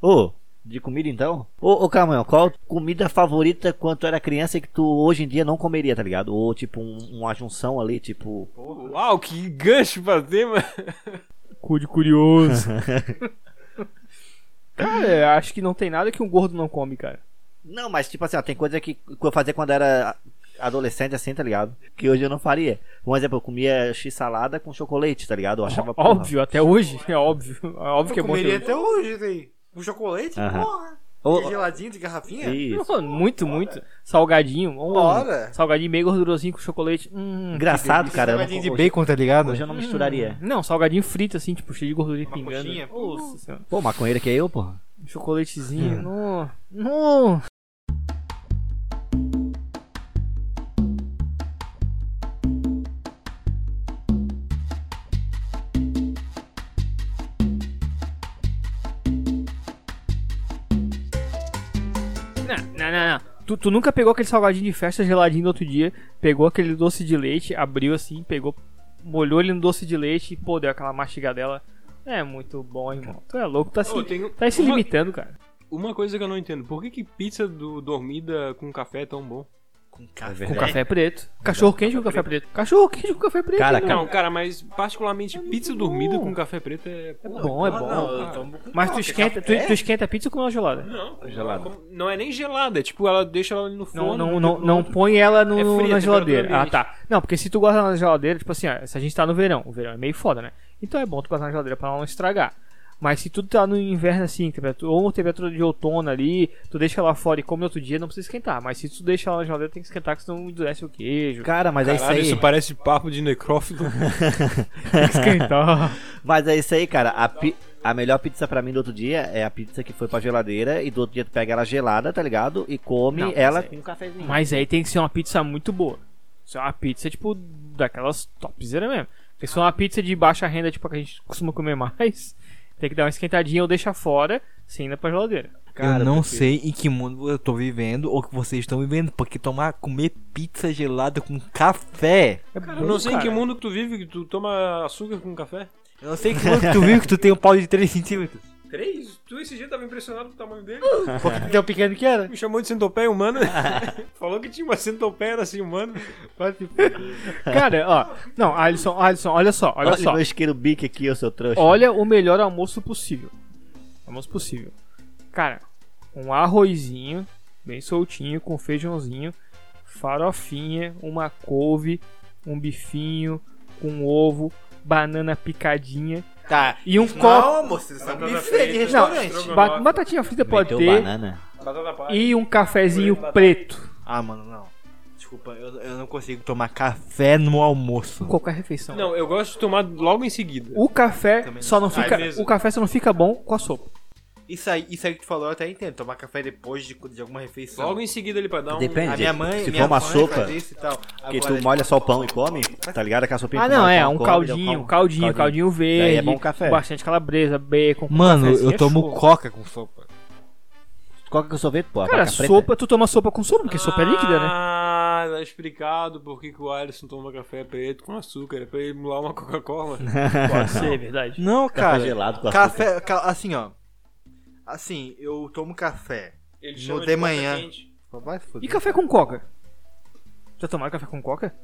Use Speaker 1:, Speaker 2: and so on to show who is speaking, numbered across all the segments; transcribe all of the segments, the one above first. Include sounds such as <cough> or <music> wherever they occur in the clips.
Speaker 1: Ô, de comida então? Ô, ô Camunhão, qual comida favorita quando tu era criança que tu hoje em dia não comeria, tá ligado? Ou tipo um- uma junção ali, tipo.
Speaker 2: Uau, que gancho pra ter, mano.
Speaker 3: Cu de curioso. <laughs> cara, eu acho que não tem nada que um gordo não come, cara.
Speaker 1: Não, mas tipo assim, ó, tem coisa que eu fazia quando era adolescente assim, tá ligado? Que hoje eu não faria. Um exemplo, eu comia x-salada com chocolate, tá ligado? Eu achava porra.
Speaker 3: Óbvio, até hoje. <laughs> É óbvio. É óbvio que é
Speaker 4: Eu
Speaker 3: bom.
Speaker 4: comeria
Speaker 3: ter-
Speaker 4: até hoje, isso aí. Um chocolate,
Speaker 1: Aham.
Speaker 4: porra.
Speaker 1: Ô,
Speaker 4: Que geladinho de garrafinha.
Speaker 1: Isso.
Speaker 3: Nossa, um- muito, muito. Salgadinho. Oh,
Speaker 4: Bora.
Speaker 3: Salgadinho meio gordurosinho com chocolate. Hum,
Speaker 1: Engraçado,
Speaker 4: Esse
Speaker 1: cara. Eu não,
Speaker 4: geladinho de
Speaker 1: hoje,
Speaker 4: bacon, tá ligado?
Speaker 1: hoje é eu não misturaria.
Speaker 3: Não, salgadinho frito, assim, tipo, cheio de gordura
Speaker 4: Uma
Speaker 3: pingando.
Speaker 4: coxinha.
Speaker 3: Nossa senhora.
Speaker 1: Pô, maconheiro que é eu, porra.
Speaker 3: Um chocolatezinho. No. No. Não, não, não, não. Tu, tu nunca pegou aquele salgadinho de festa geladinho do outro dia, pegou aquele doce de leite, abriu assim, pegou, molhou ele no doce de leite e, pô, deu aquela mastigadela. É muito bom, irmão. Tu é louco, tá se,
Speaker 2: Ô, tem um-
Speaker 3: tá se
Speaker 2: uma-
Speaker 3: limitando, cara.
Speaker 2: Uma coisa que eu não entendo, por que, que pizza do dormida com café é tão bom?
Speaker 1: Com café.
Speaker 3: Com café preto. Cachorro quente com café preto. Cachorro quente com café preto.
Speaker 1: Cara,
Speaker 3: irmão.
Speaker 2: Não, cara, mas particularmente pizza dormida com café preto é.
Speaker 3: É bom, é
Speaker 4: Ah,
Speaker 3: bom.
Speaker 4: não, eu tomo com
Speaker 3: Mas tu
Speaker 4: coca,
Speaker 3: esquenta, tu,
Speaker 4: café.
Speaker 3: tu esquenta a pizza com uma gelada.
Speaker 2: Não,
Speaker 1: Gelada.
Speaker 2: Não é nem gelada, é tipo, ela deixa ela ali no
Speaker 3: Não, não,
Speaker 2: forno.
Speaker 3: não,
Speaker 2: no
Speaker 3: não
Speaker 2: micro-ondas.
Speaker 3: põe ela no,
Speaker 2: É fria,
Speaker 3: na
Speaker 2: temperatura
Speaker 3: geladeira. Ah,
Speaker 2: ambiente.
Speaker 3: tá. Não, porque se tu guarda na geladeira, tipo assim, ó, se a gente tá no verão, o verão é meio foda, né? Então é bom tu guardar na geladeira pra ela não estragar. Mas se tu tá no inverno assim, temperatura, ou temperatura de outono ali, tu deixa ela fora e come no outro dia, não precisa esquentar. Mas se tu deixa ela na geladeira, tem que esquentar, que senão endurece o queijo.
Speaker 1: Cara, mas
Speaker 2: Caralho,
Speaker 1: é isso
Speaker 2: isso
Speaker 1: aí.
Speaker 2: parece papo de necrófilo.
Speaker 3: Tem que esquentar.
Speaker 1: Mas é isso aí, cara. A, pi- a melhor pizza pra mim do outro dia é a pizza que foi pra geladeira e do outro dia tu pega ela gelada, tá ligado? E come
Speaker 3: Não,
Speaker 1: ela
Speaker 3: mas é-
Speaker 1: com um cafezinho.
Speaker 3: Mas aí tem que ser uma pizza muito boa. Ser uma pizza, tipo, daquelas topzera mesmo. Porque se for uma pizza de baixa renda, tipo, a que a gente costuma comer mais, <laughs> tem que dar uma esquentadinha ou deixa fora, sem ir pra geladeira.
Speaker 1: Cara,
Speaker 5: eu não
Speaker 1: porque-
Speaker 5: sei em que mundo eu tô vivendo ou que vocês estão vivendo, porque tomar, comer pizza gelada com café.
Speaker 3: É
Speaker 2: Eu não sei em que mundo que tu vive que tu toma açúcar com café.
Speaker 5: Eu não sei que mundo que tu viu que tu tem um pau de 3 centímetros.
Speaker 2: Três? Tu esse dia tava impressionado com o tamanho dele.
Speaker 5: Porque tão pequeno que era.
Speaker 2: Me chamou de centopeia <laughs> humana. Falou que tinha uma centopeia assim humana.
Speaker 3: Cara, ó. Não, Alisson, Alisson, olha só, olha,
Speaker 1: Olha
Speaker 3: só.
Speaker 1: o meu isqueiro bique aqui, eu seu trouxa.
Speaker 3: Olha o melhor almoço possível. Almoço possível. Cara, um arrozinho, bem soltinho, com feijãozinho, farofinha, uma couve, um bifinho, com um ovo, banana picadinha
Speaker 4: Tá.
Speaker 3: e um copo.
Speaker 4: Não, moço, isso é um
Speaker 2: Batata
Speaker 4: buffet de
Speaker 5: né?
Speaker 2: frita.
Speaker 4: restaurante.
Speaker 3: ba- batatinha frita pode
Speaker 1: Meteu
Speaker 3: ter
Speaker 1: banana.
Speaker 2: Batata palha.
Speaker 3: e um cafezinho preto.
Speaker 5: Ah, mano, não. Desculpa, eu, eu não consigo tomar café no almoço.
Speaker 3: Qualquer refeição.
Speaker 2: Não, eu gosto de tomar logo em seguida.
Speaker 3: O café só não
Speaker 2: sei.
Speaker 3: fica,
Speaker 2: Ah, é mesmo.
Speaker 3: o café só não fica bom com a sopa.
Speaker 5: Isso aí, isso aí que tu falou, eu até entendo. Tomar café depois de, de alguma refeição.
Speaker 2: Logo em seguida ali pra dar um...
Speaker 1: Depende.
Speaker 5: a minha mãe,
Speaker 1: se
Speaker 5: minha
Speaker 1: for uma
Speaker 5: mãe
Speaker 1: sopa,
Speaker 5: faz isso e tal.
Speaker 1: que
Speaker 5: Agora,
Speaker 1: tu molha só o pão e come, tá ligado? Aquela sopinha
Speaker 3: Ah,
Speaker 1: que tu
Speaker 3: não,
Speaker 1: molha o
Speaker 3: é,
Speaker 1: pão,
Speaker 3: um
Speaker 1: come, dá
Speaker 3: caldinho, um caldinho, caldinho
Speaker 1: Daí
Speaker 3: verde.
Speaker 1: é bom café.
Speaker 3: Bastante calabresa, bacon. com
Speaker 5: Mano,
Speaker 3: cafezinho,
Speaker 5: eu
Speaker 3: é
Speaker 5: tomo
Speaker 3: show.
Speaker 5: coca com sopa.
Speaker 1: Coca com é sorvete, pô. a
Speaker 3: Cara,
Speaker 1: vaca preta.
Speaker 3: sopa, tu toma sopa com sopa, porque sopa é líquida, né?
Speaker 2: Ah, tá explicado por que, que o Alisson toma café preto com açúcar. É pra ele emular
Speaker 3: <laughs>
Speaker 2: uma Coca-Cola.
Speaker 3: Pode ser, é verdade.
Speaker 5: Não,
Speaker 1: Café
Speaker 5: cara.
Speaker 1: gelado com
Speaker 5: café, ca- assim, ó. Assim, eu tomo café.
Speaker 2: Ele
Speaker 5: No
Speaker 2: chama
Speaker 5: de
Speaker 2: coca
Speaker 5: manhã.
Speaker 2: quente.
Speaker 5: Vai se
Speaker 3: E
Speaker 5: fuder.
Speaker 3: café com coca? Já tomaram café com coca?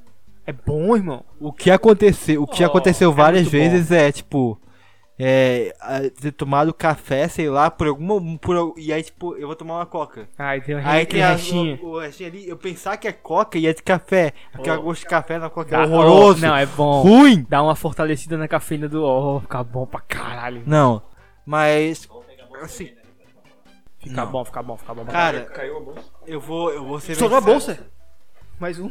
Speaker 3: É bom, irmão.
Speaker 5: O que aconteceu, o que
Speaker 3: Oh,
Speaker 5: aconteceu
Speaker 3: é
Speaker 5: várias
Speaker 3: muito
Speaker 5: vezes é tipo é, a- ter tomado café, sei lá, por alguma por al- e aí tipo, eu vou tomar uma coca.
Speaker 3: Ai, tem uma
Speaker 5: Aí tem a,
Speaker 3: restinha.
Speaker 5: o, o restinho ali, eu pensar que é coca e é de café. Porque eu gosto de café na coca é
Speaker 3: Dá-
Speaker 5: horroroso.
Speaker 3: Não, é bom.
Speaker 5: ruim.
Speaker 3: Dá uma fortalecida na cafeína do... Ó, fica bom pra caralho.
Speaker 5: Não. Mas assim,
Speaker 3: né? Fica
Speaker 5: Não.
Speaker 3: bom, fica bom, fica bom.
Speaker 5: cara,
Speaker 2: Caiu a bolsa.
Speaker 5: eu vou eu vou ser
Speaker 3: Estourou a
Speaker 5: sincero.
Speaker 3: bolsa. Mais um.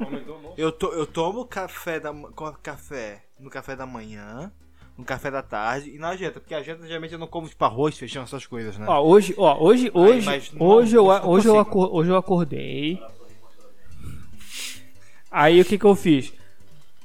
Speaker 2: Aumentou a bolsa.
Speaker 5: Eu, to, eu tomo café da ma- co- café no café da manhã, no café da tarde e na janta, porque a janta geralmente eu não como tipo arroz, feijão, essas coisas, né?
Speaker 3: Ó, hoje, ó, hoje, hoje,
Speaker 5: mas não,
Speaker 3: hoje, eu,
Speaker 5: isso não
Speaker 3: hoje, eu
Speaker 5: consigo.
Speaker 3: acor- hoje eu acordei. Aí o que que eu fiz?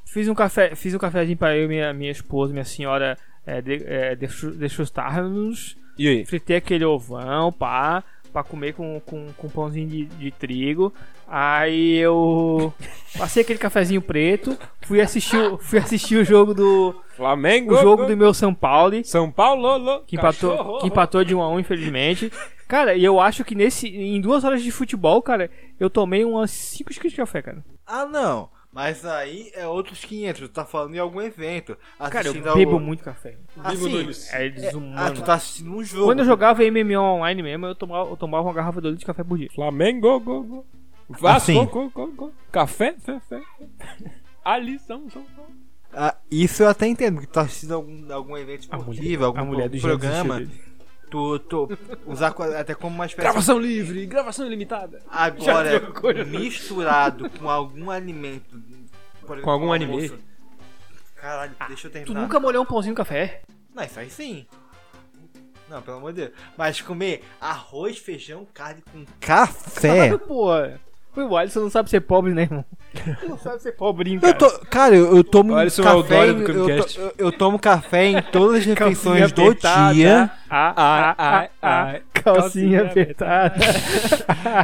Speaker 3: Fiz um café, fiz um cafezinho para eu, e minha, minha esposa, minha senhora, é, de, é, deixou- deixou estarmos.
Speaker 2: E aí?
Speaker 3: Fritei aquele ovão, pá. pra comer com, com, com pãozinho de, de trigo. Aí eu passei aquele cafezinho preto, fui assistir, o- fui assistir o jogo do
Speaker 2: Flamengo.
Speaker 3: o jogo
Speaker 2: gol.
Speaker 3: do meu São Paulo,
Speaker 2: São Paulo, lo,
Speaker 3: que empatou,
Speaker 2: cachorro.
Speaker 3: que empatou de 1 a 1, infelizmente. Cara, e eu acho que nesse em duas horas de futebol, cara, eu tomei umas 5 xícaras de café, cara.
Speaker 5: Ah, não. Mas aí é outros 500. Tu tá falando em algum evento.
Speaker 3: Cara, eu
Speaker 5: Assistindo ao-
Speaker 3: bebo muito café.
Speaker 2: Vivo
Speaker 5: Assim,
Speaker 2: Nunes.
Speaker 3: É
Speaker 5: Ah,
Speaker 3: desumano.
Speaker 5: tu tá assistindo um jogo.
Speaker 3: Quando eu jogava MMO online mesmo, eu tomava, eu tomava uma garrafa de litro de café por dia.
Speaker 2: Flamengo, go, go. Vasco,
Speaker 5: Assim.
Speaker 2: go, go, go. Café, fé, fé. Ali, são, são, são.
Speaker 5: Ah, isso eu até entendo, que tu tá assistindo algum, algum evento esportivo, algum
Speaker 3: a mulher do Jean
Speaker 5: programa.
Speaker 3: desistiu dele.
Speaker 5: Tu,
Speaker 3: <laughs>
Speaker 5: tu usar co- até como uma espécie
Speaker 2: Gravação livre, gravação ilimitada. Já
Speaker 5: Agora,
Speaker 2: deu coisa.
Speaker 5: misturado com algum alimento. por exemplo,
Speaker 2: algum
Speaker 5: um
Speaker 2: anime.
Speaker 5: almoço. Caralho, deixa eu
Speaker 3: Tu
Speaker 5: terminar.
Speaker 3: nunca molhou um pãozinho no café?
Speaker 5: Não, isso aí sim. Não, pelo amor de Deus. Mas comer arroz, feijão, carne com café.
Speaker 3: Claro, pô. Pô, O Alisson não sabe ser pobre, né, irmão? Ele não sabe ser pobrinho, cara.
Speaker 5: Eu tô, cara, eu, eu tomo
Speaker 2: Parece um
Speaker 5: café.
Speaker 2: Eldorado
Speaker 5: Em,
Speaker 2: do
Speaker 5: eu,
Speaker 2: Camcast.
Speaker 5: to- eu- eu tomo café em todas
Speaker 2: <laughs>
Speaker 5: as
Speaker 3: Calcinha
Speaker 5: refeições do
Speaker 3: apertada.
Speaker 5: dia.
Speaker 3: Ah, ah, ah, ah,
Speaker 2: ai.
Speaker 3: Calcinha
Speaker 2: Calcinha né?
Speaker 3: apertada.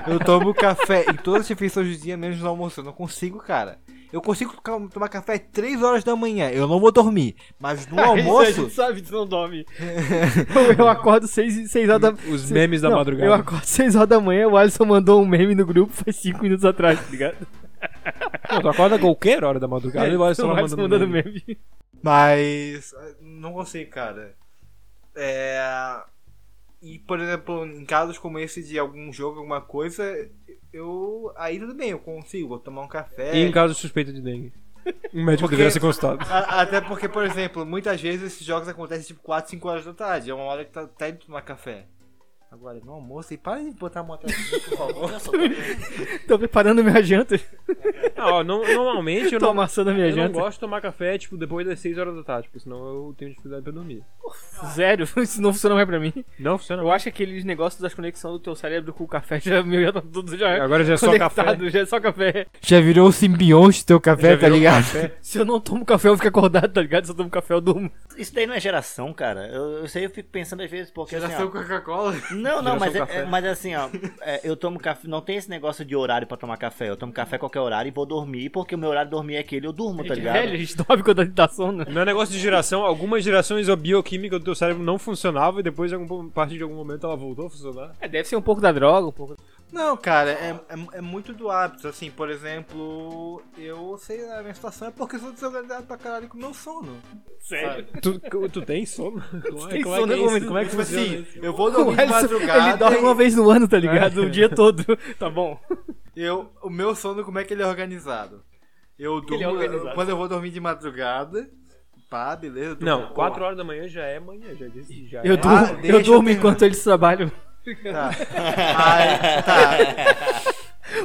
Speaker 5: Eu tomo café em todas as refeições do dia, menos no almoço. Eu não consigo, cara. Eu consigo ca- tomar café 3 horas da manhã. Eu não vou dormir. Mas
Speaker 2: <laughs>
Speaker 5: no
Speaker 3: <laughs> Isso a
Speaker 5: é um almoço.
Speaker 3: gente sabe, tu não
Speaker 5: <laughs>
Speaker 3: dorme. eu, eu acordo 6 seis horas da
Speaker 2: Os <laughs> memes da
Speaker 3: Não,
Speaker 2: madrugada.
Speaker 3: Eu acordo 6 horas da manhã, o Alisson mandou um meme no grupo faz 5 minutos atrás, tá ligado?
Speaker 2: Não, tu acorda a qualquer hora da madrugada e o Alisson
Speaker 3: <laughs> O
Speaker 2: lá
Speaker 3: Alisson
Speaker 2: mandando
Speaker 3: mandando
Speaker 2: meme.
Speaker 3: meme.
Speaker 5: Mas. Não consigo, cara. É. E, por exemplo, em casos como esse de algum jogo, alguma coisa, eu. Aí tudo bem, eu consigo. Vou tomar um café.
Speaker 2: E em caso de suspeita de dengue. Um médico
Speaker 5: Porque-
Speaker 2: deveria ser consultado.
Speaker 5: A- Até porque, por exemplo, muitas vezes esses jogos acontecem tipo 4, 5 horas da tarde. É uma hora que tá, tá indo tomar café. Agora, no almoço, e para de botar a mão atrás, do cu, por favor.
Speaker 3: Tô preparando minha janta.
Speaker 2: Ah, ó, <laughs> não- normalmente <laughs> eu
Speaker 3: Tô
Speaker 2: não,
Speaker 3: amassando a minha
Speaker 2: eu não
Speaker 3: janta.
Speaker 2: gosto de tomar café, tipo, depois das 6 horas da tarde, porque senão eu tenho dificuldade pra dormir.
Speaker 3: Sério, <laughs> isso não funciona mais pra mim.
Speaker 2: Não funciona.
Speaker 3: Eu acho que aqueles negócios das conexões do teu cérebro com o café já meu já tá tudo já
Speaker 2: Agora já é só
Speaker 3: conectado,
Speaker 2: café.
Speaker 3: já é só café.
Speaker 5: Já virou o simbionte teu café,
Speaker 2: Já
Speaker 5: tá
Speaker 2: virou
Speaker 5: ligado?
Speaker 2: café.
Speaker 3: Se eu não tomo café, eu fico acordado, tá ligado? Se eu tomo café, eu durmo.
Speaker 1: Isso daí não é geração, cara. Eu, eu sei, eu fico pensando às vezes, porque assim, ó,
Speaker 5: Coca-Cola.
Speaker 1: Não, não,
Speaker 2: Geração
Speaker 1: mas, é-
Speaker 2: café.
Speaker 1: é- mas assim, ó, é, eu tomo café, não tem esse negócio de horário pra tomar café. Eu tomo café a qualquer horário e vou dormir, porque o meu horário de dormir é aquele, eu durmo, tá
Speaker 3: Gente,
Speaker 1: ligado?
Speaker 3: velho, a gente dorme quando a gente tá sono.
Speaker 2: Não é negócio de geração. Algumas gerações a bioquímica do teu cérebro não funcionava e depois, em algum, a partir de algum momento, ela voltou a funcionar.
Speaker 3: É, deve ser um pouco da droga, um pouco.
Speaker 5: Não, cara, é, é, é muito do hábito. Assim, por exemplo, eu sei a minha situação é porque eu sou desorganizado pra caralho com o meu sono.
Speaker 3: Sério.
Speaker 2: Ah, Tu, tu tem <laughs> sono? Como
Speaker 3: tem
Speaker 2: como
Speaker 3: sono
Speaker 2: é
Speaker 3: em
Speaker 2: que
Speaker 3: algum momento,
Speaker 2: é isso? Como é que
Speaker 5: Tipo
Speaker 2: funciona
Speaker 5: assim,
Speaker 2: isso?
Speaker 5: eu vou dormir de madrugada.
Speaker 3: ele dorme
Speaker 5: e
Speaker 3: uma vez no ano, tá ligado? O dia todo. Tá bom.
Speaker 5: Eu, o meu sono, como é que ele é organizado? Eu
Speaker 3: Ele é
Speaker 5: durmo.
Speaker 3: organizado.
Speaker 5: Quando eu vou dormir de madrugada, pá, beleza. eu durmo.
Speaker 2: Não, 4 horas da manhã já é manhã, já disse. Já
Speaker 3: Eu
Speaker 2: é.
Speaker 3: durmo,
Speaker 5: Ah, deixa
Speaker 3: eu
Speaker 5: eu
Speaker 3: durmo
Speaker 5: terminar.
Speaker 3: enquanto eles trabalham.
Speaker 5: Tá. Aí,
Speaker 2: <laughs>
Speaker 5: tá.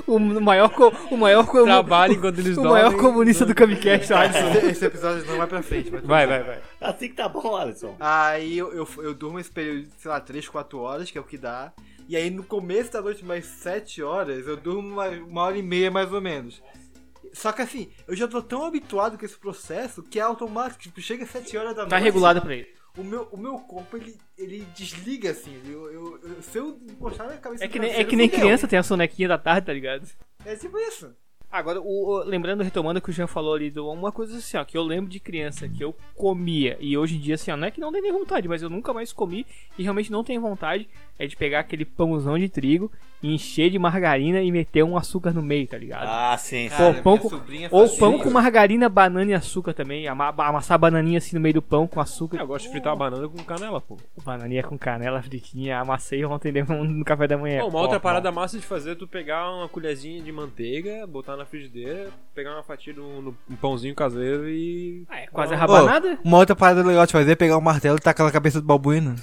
Speaker 3: O maior, co- o maior co-
Speaker 2: Trabalho enquanto eles
Speaker 3: o
Speaker 2: dormem.
Speaker 3: maior comunista do Camicast,
Speaker 2: Tá,
Speaker 3: Alisson.
Speaker 5: Esse,
Speaker 2: então.
Speaker 5: esse episódio não vai pra frente. Mas tudo
Speaker 2: Vai,
Speaker 5: bem.
Speaker 2: vai, vai.
Speaker 1: Assim que tá bom, Alisson.
Speaker 5: Aí eu, eu, eu durmo esse período de, sei lá, 3, 4 horas, que é o que dá. E aí no começo da noite, mais 7 horas, eu durmo uma, uma hora e meia mais ou menos. Só que assim, eu já tô tão habituado com esse processo que é automático. Tipo, chega 7 horas da noite.
Speaker 3: Tá regulado pra ele.
Speaker 5: O meu, o meu corpo, ele, ele desliga, assim. Eu, eu, eu- se eu encostar minha cabeça
Speaker 3: É
Speaker 5: no
Speaker 3: que nem, é
Speaker 5: travesseiro,
Speaker 3: que nem
Speaker 5: fudeu.
Speaker 3: criança tem a sonequinha da tarde, tá ligado?
Speaker 5: É tipo isso.
Speaker 3: Agora, o- o- lembrando, retomando o que o Jean falou ali, do, uma coisa assim, ó, que eu lembro de criança, que eu comia, e hoje em dia, assim, ó, não é que não tem nem vontade, mas eu nunca mais comi, e realmente não tenho vontade, é de pegar aquele pãozão de trigo, e encher de margarina e meter um açúcar no meio, tá ligado?
Speaker 1: Ah, sim. sim.
Speaker 3: Cara, pão minha com-
Speaker 2: é
Speaker 3: Ou pão com
Speaker 5: uma
Speaker 3: margarina, banana e açúcar também, ama- amassar a bananinha assim no meio do pão com açúcar.
Speaker 2: Eu gosto de fritar banana com canela, pô.
Speaker 3: Bananinha com canela fritinha, amassei ontem dei um <laughs> no café da manhã.
Speaker 2: Bom, uma
Speaker 3: Pô,
Speaker 2: outra
Speaker 3: pô.
Speaker 2: parada massa de fazer é tu pegar uma colherzinha de manteiga, botar na frigideira, pegar uma fatia de um, um pãozinho
Speaker 3: <laughs>
Speaker 2: caseiro e.
Speaker 3: Ah, é quase a rabanada.
Speaker 5: Uma outra parada legal de fazer é pegar o martelo e tacar na cabeça do babuíno.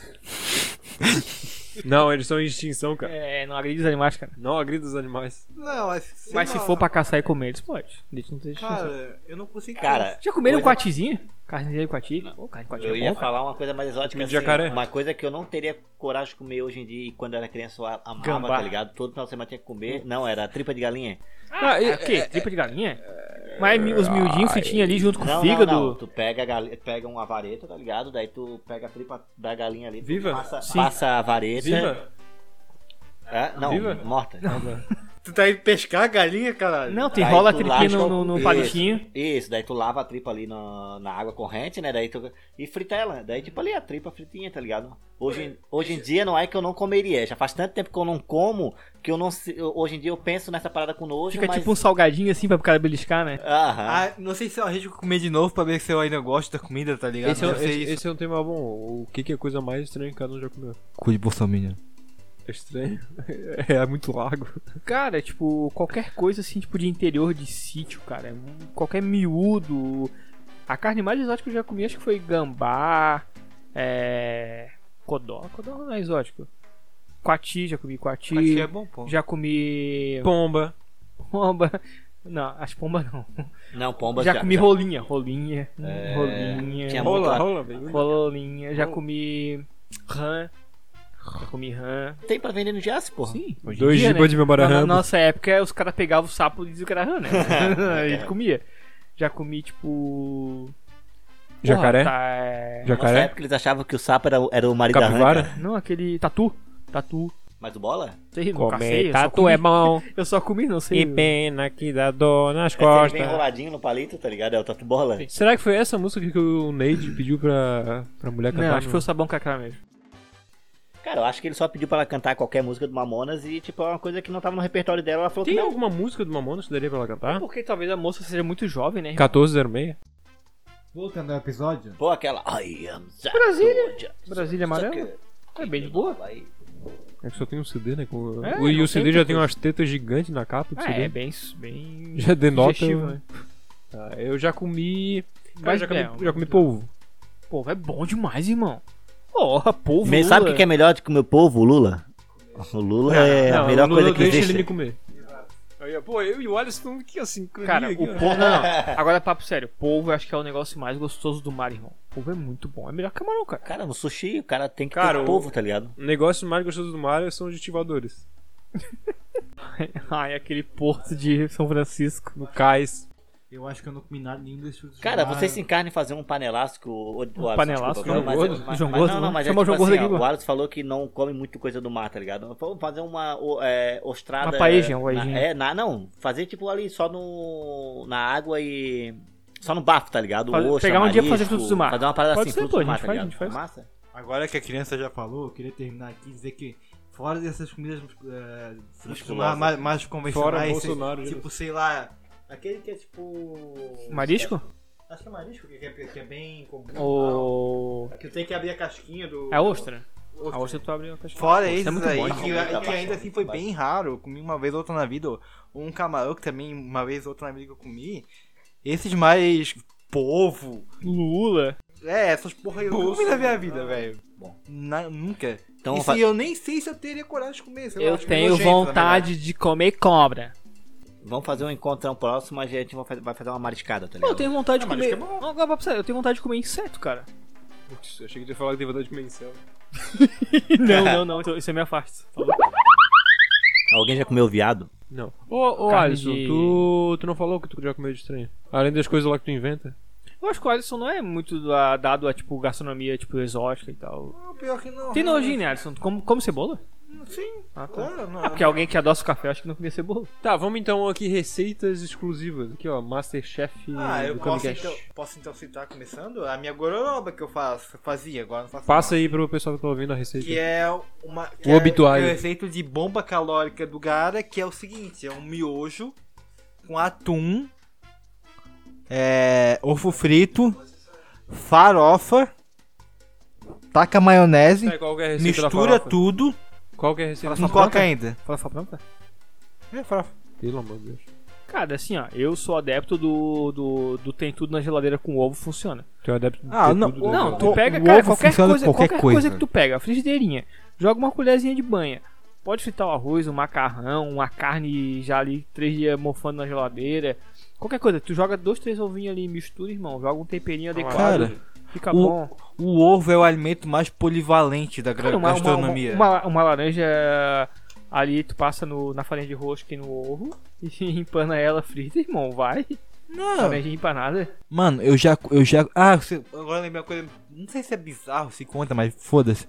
Speaker 2: Não, eles são em extinção, cara.
Speaker 3: É, não agride os animais, cara.
Speaker 2: Não agrida os animais.
Speaker 5: Não, mas se,
Speaker 3: Mas se for pra caçar e comer, eles pode. Deixa não ter distinção.
Speaker 5: Cara, eu não consigo.
Speaker 1: Cara,
Speaker 3: Já comeram
Speaker 1: Coisa-
Speaker 3: coatizinho? Carne de coati? Pô, carne de coati
Speaker 1: eu
Speaker 3: é
Speaker 1: ia
Speaker 3: bom, cara.
Speaker 1: falar uma coisa mais exótica.
Speaker 3: Um
Speaker 2: De
Speaker 1: Assim,
Speaker 2: jacaré.
Speaker 1: uma coisa que eu não teria coragem de comer hoje em dia, e quando eu era criança eu a- amava,
Speaker 3: Gambá.
Speaker 1: tá ligado? Todo final de semana tinha que comer. Não, era tripa de galinha.
Speaker 3: Ah, é o quê? Tripa de galinha? Mas mi- os miudinhos fritinhos ali junto com
Speaker 1: Não,
Speaker 3: o
Speaker 1: não,
Speaker 3: fígado.
Speaker 1: não. Tu pega, a gal- pega uma vareta, tá ligado? Daí tu pega a tripa da galinha ali, tu
Speaker 2: Viva?
Speaker 1: Passa,
Speaker 3: Sim.
Speaker 1: passa a vareta.
Speaker 2: Viva!
Speaker 1: É? Não,
Speaker 3: Viva?
Speaker 1: morta.
Speaker 5: Tu tá indo pescar a galinha, caralho?
Speaker 3: Não, tu
Speaker 1: Aí
Speaker 3: enrola a
Speaker 1: tu
Speaker 3: tripinha
Speaker 1: lasca
Speaker 3: no,
Speaker 1: o-
Speaker 3: no, no
Speaker 1: isso,
Speaker 3: palitinho.
Speaker 1: Isso, daí tu lava a tripa ali na, na água corrente, né? Daí tu, e frita ela. Daí, tipo, ali a tripa fritinha, tá ligado? Hoje, em- hoje em dia não é que eu não comeria. Já faz tanto tempo que eu não como que eu não. se- eu- Hoje em dia eu penso nessa parada com nojo,
Speaker 3: Fica
Speaker 1: mas.
Speaker 3: tipo um salgadinho assim pra cara beliscar, né?
Speaker 1: Aham.
Speaker 5: Ah, não sei se eu arrisco comer de novo pra ver se eu ainda gosto da comida, tá ligado?
Speaker 2: Esse, é,
Speaker 5: Deve ser
Speaker 2: esse,
Speaker 5: isso.
Speaker 2: esse é um tema bom. O que, que é a coisa mais estranha que cada um já comeu?
Speaker 5: Cu de bolsominion.
Speaker 2: É estranho. <laughs> É muito largo.
Speaker 3: Cara, tipo, qualquer coisa assim, tipo de interior de sítio, cara. Qualquer miúdo. A carne mais exótica que eu já comi, acho que foi gambá. É. Codorna. Codorna não é exótico. Coati, já comi coati.
Speaker 5: Acho é bom, pô.
Speaker 3: Já comi.
Speaker 2: Pomba.
Speaker 3: Pomba. Não, as pombas não.
Speaker 1: Não, pomba
Speaker 3: já comi rolinha. Rolinha. hum,
Speaker 1: É,
Speaker 3: Rolinha.
Speaker 1: tinha Hum. É muito
Speaker 2: rola,
Speaker 1: largo.
Speaker 2: rola, velho.
Speaker 3: Rolinha. Já comi. Rã. Já comi rã.
Speaker 1: Tem pra vender no Jazz, porra.
Speaker 3: Sim. hoje em
Speaker 2: Dois
Speaker 3: dia, né?
Speaker 2: gibas de memória
Speaker 3: Na- Na
Speaker 2: RAM.
Speaker 3: nossa época, os caras pegavam o sapo e diziam que era rã,
Speaker 1: <laughs>
Speaker 3: né? A
Speaker 1: É.
Speaker 3: gente comia. Já comi, tipo.
Speaker 2: Jacaré?
Speaker 3: Porra, tá, é...
Speaker 1: Na nossa
Speaker 2: Jacaré?
Speaker 1: época eles achavam que o sapo era, o- era o marido da
Speaker 2: Capivara?
Speaker 1: Hanca.
Speaker 3: Não, aquele. Tatu. Tatu.
Speaker 1: Mas o bola? É,
Speaker 3: Sei, não cacei,
Speaker 2: Comer
Speaker 3: eu só
Speaker 2: tatu
Speaker 3: comi. <laughs>
Speaker 2: é bom.
Speaker 3: Eu só comi, não sei.
Speaker 2: E pena que dá dor nas
Speaker 1: É sempre bem
Speaker 2: costas.
Speaker 1: enroladinho no palito, tá ligado? É o tatu bola.
Speaker 2: Será que foi essa música que o Neide pediu pra, pra mulher cantar?
Speaker 3: Não, acho que
Speaker 2: no-
Speaker 3: foi o sabão cacá mesmo.
Speaker 1: Cara, eu acho que ele só pediu pra ela cantar qualquer música do Mamonas e, tipo, é uma coisa que não tava no repertório dela. Ela falou
Speaker 2: Tem
Speaker 1: que não.
Speaker 2: alguma música do Mamonas que daria pra ela cantar?
Speaker 3: É Porque talvez a moça seja muito jovem, né?
Speaker 2: 1406?
Speaker 5: Voltando ao episódio.
Speaker 1: Pô, aquela. I am Zack
Speaker 3: Brasília.
Speaker 1: Soldier.
Speaker 3: Brasília amarela? É bem de boa.
Speaker 2: É que só tem um CD, né? Com...
Speaker 3: É,
Speaker 2: o, e
Speaker 3: não
Speaker 2: o CD
Speaker 3: tem
Speaker 2: já
Speaker 3: outra
Speaker 2: tem umas tetas gigantes na capa do
Speaker 3: Ah,
Speaker 2: CD.
Speaker 3: é, bem. bem...
Speaker 2: Já um denota-
Speaker 3: sugestivo, né?
Speaker 2: Ah, eu já comi. Cara,
Speaker 3: Mas
Speaker 2: já comi,
Speaker 3: não.
Speaker 2: já comi polvo.
Speaker 3: Pô, é bom demais, irmão. Porra, povo.
Speaker 1: Me, sabe o que, que é melhor do que o meu povo, o Lula? O Lula é a
Speaker 2: Não,
Speaker 1: melhor
Speaker 2: o Lula
Speaker 1: coisa que
Speaker 2: deixa
Speaker 1: existe.
Speaker 2: ele me comer. Aí, ó, pô, eu e o Alisson estamos aqui, assim, sincronia
Speaker 3: Cara, o
Speaker 2: aqui, ó.
Speaker 3: polvo. Não, não. Agora, é papo sério. Polvo eu acho que é o negócio mais gostoso do mar, irmão. Polvo é muito bom. É melhor que camarão, cara. <laughs>
Speaker 1: Cara, no sushi, o cara tem que
Speaker 2: Cara,
Speaker 1: ter
Speaker 2: o-
Speaker 1: povo, tá ligado?
Speaker 2: O negócio mais gostoso do mar são os estivadores.
Speaker 3: Ai, aquele porto de São Francisco.
Speaker 2: No cais.
Speaker 5: Eu acho que eu não comi nada nenhum desses frutos.
Speaker 1: Cara, você se encarna em fazer um panelasco. O, o, o,
Speaker 3: panelasco,
Speaker 1: desculpa,
Speaker 3: João
Speaker 1: mas- é
Speaker 3: Gordo?
Speaker 1: mas-
Speaker 3: João
Speaker 1: mas-
Speaker 3: Gordo,
Speaker 1: Não, não,
Speaker 3: mano.
Speaker 1: mas é
Speaker 3: Chama o
Speaker 1: tipo
Speaker 3: João Gordo
Speaker 1: assim,
Speaker 3: aqui,
Speaker 1: ó,
Speaker 3: mano.
Speaker 1: o Alisson falou que não come muito coisa do mar, tá ligado? Vamos fazer uma o- é, ostrada.
Speaker 3: Uma paella, uma
Speaker 1: na-
Speaker 3: paellinha.
Speaker 1: É, na, não. Fazer tipo ali só no. na água e. Só no bafo, tá ligado?
Speaker 3: Fazer-
Speaker 1: Ostra,
Speaker 3: pegar um dia pra
Speaker 1: marisco,
Speaker 3: fazer frutos do mar.
Speaker 1: Fazer uma parada
Speaker 3: Pode
Speaker 1: assim,
Speaker 3: ser,
Speaker 1: frutos
Speaker 3: pô,
Speaker 1: do
Speaker 3: a
Speaker 1: mar,
Speaker 3: gente
Speaker 1: tá
Speaker 3: faz, a
Speaker 1: ligado?
Speaker 3: gente faz.
Speaker 1: Massa?
Speaker 5: Agora que a criança já falou, eu queria terminar aqui e dizer que fora dessas comidas eh, frutos do
Speaker 1: Musculosas.
Speaker 5: mar mais, mais
Speaker 2: Fora
Speaker 5: convencionais, se-
Speaker 2: Bolsonaro,
Speaker 5: tipo, sei lá, aquele que é tipo...
Speaker 3: Marisco?
Speaker 5: Acho que é marisco, que é, que é bem comum.
Speaker 3: Ou.
Speaker 5: Que tem que abrir a casquinha do...
Speaker 3: É ostra? A
Speaker 5: ostra.
Speaker 3: ostra tu abre a caixa.
Speaker 5: Fora
Speaker 3: Ostra é
Speaker 5: esses
Speaker 3: muito
Speaker 5: aí,
Speaker 3: bom,
Speaker 5: que,
Speaker 1: irmão.
Speaker 5: e que ainda assim foi bem raro. Eu comi uma vez ou outra na vida. ou Um camarão que também, uma vez ou outra na vida que eu comi. Esses mais povo.
Speaker 3: Lula.
Speaker 5: É, essas porra aí eu nunca comi na
Speaker 2: né?
Speaker 5: minha
Speaker 2: Ah.
Speaker 5: vida, velho. Na- nunca.
Speaker 1: Então,
Speaker 5: e se
Speaker 1: fa-
Speaker 5: eu nem sei se eu teria coragem de comer. sei lá,
Speaker 3: Eu é
Speaker 5: acho
Speaker 3: tenho
Speaker 5: nojento, né? na
Speaker 3: vontade de comer cobra.
Speaker 1: Vamos fazer um encontrão próximo, a gente vai fazer- vai fazer uma mariscada, tá
Speaker 3: Eu
Speaker 1: ligado?
Speaker 3: tenho vontade de
Speaker 5: Ah, marisco
Speaker 3: comer. Não, agora, é papo sério, eu tenho vontade de comer inseto, cara.
Speaker 2: Putz, achei que tu ia falar que tem vontade de comer em céu.
Speaker 3: <laughs> não, não, não. isso- Isso é me afasta.
Speaker 1: Alguém já comeu viado?
Speaker 2: Não. Ô, ô
Speaker 3: Carne
Speaker 2: Alisson,
Speaker 3: de-
Speaker 2: tu, tu não falou que tu já comeu de estranho? Além das coisas lá que tu inventa?
Speaker 3: Eu acho que o Alisson não é muito da- dado a, tipo, gastronomia, tipo, exótica e tal.
Speaker 5: verdade. Não, Ah, pior que não. Hum,
Speaker 3: Tem nojinho, né, Alisson? Tu come, come cebola?
Speaker 5: Sim,
Speaker 3: Ah, tá.
Speaker 5: claro. Não.
Speaker 3: Ah, porque alguém que adoça o café, eu acho que não comia cebola.
Speaker 2: Tá, vamos então aqui receitas exclusivas. Aqui, ó, Masterchef
Speaker 5: Ah, eu
Speaker 2: do
Speaker 5: posso
Speaker 2: Camicast.
Speaker 5: então, posso então citar, começando, a minha gororoba que eu faço, fazia, agora não faço
Speaker 2: Passa aí pro pessoal que tá ouvindo a receita.
Speaker 5: Que é uma. Que
Speaker 2: O obituário.
Speaker 5: É o receito de bomba calórica do Gara, que é o seguinte: é um miojo com atum, é, ovo frito, farofa, taca maionese,
Speaker 2: Tá, qual que é a receita da
Speaker 5: mistura
Speaker 2: farofa?
Speaker 5: tudo,
Speaker 2: Qual que é a receita
Speaker 5: não
Speaker 2: da
Speaker 5: coloca ainda.
Speaker 3: Farofa pronta?
Speaker 5: É, farofa.
Speaker 2: Pelo amor de Deus.
Speaker 3: Cara, assim, ó, eu sou adepto do, do, do tem tudo na geladeira com ovo, funciona.
Speaker 2: Tu é adepto de
Speaker 5: Ah,
Speaker 2: ter
Speaker 5: não,
Speaker 2: tudo, né,
Speaker 3: Não,
Speaker 2: cara?
Speaker 3: tu
Speaker 5: o-
Speaker 3: pega,
Speaker 5: o
Speaker 3: cara,
Speaker 5: ovo
Speaker 3: qualquer
Speaker 5: funciona
Speaker 3: coisa,
Speaker 5: com
Speaker 3: qualquer,
Speaker 5: qualquer
Speaker 3: coisa.
Speaker 5: coisa.
Speaker 3: que tu pega, a frigideirinha, joga uma colherzinha de banha. Pode fritar o arroz, o macarrão, uma carne já ali três dias mofando na geladeira. Qualquer coisa, tu joga dois, três ovinhos ali, mistura, irmão, joga um temperinho adequado.
Speaker 5: Cara,
Speaker 3: fica
Speaker 5: o-
Speaker 3: bom.
Speaker 5: O ovo é o alimento mais polivalente da gra-
Speaker 3: Cara, uma, uma,
Speaker 5: gastronomia.
Speaker 3: uma, uma laranja ali, tu passa no, na farinha de rosca e no ovo <laughs> e empana ela frita, irmão, vai.
Speaker 5: Não,
Speaker 3: Laranja empanada.
Speaker 5: Mano, eu já. Eu já ah, se- agora eu lembrei uma coisa. Não sei se é bizarro, se conta, mas foda-se.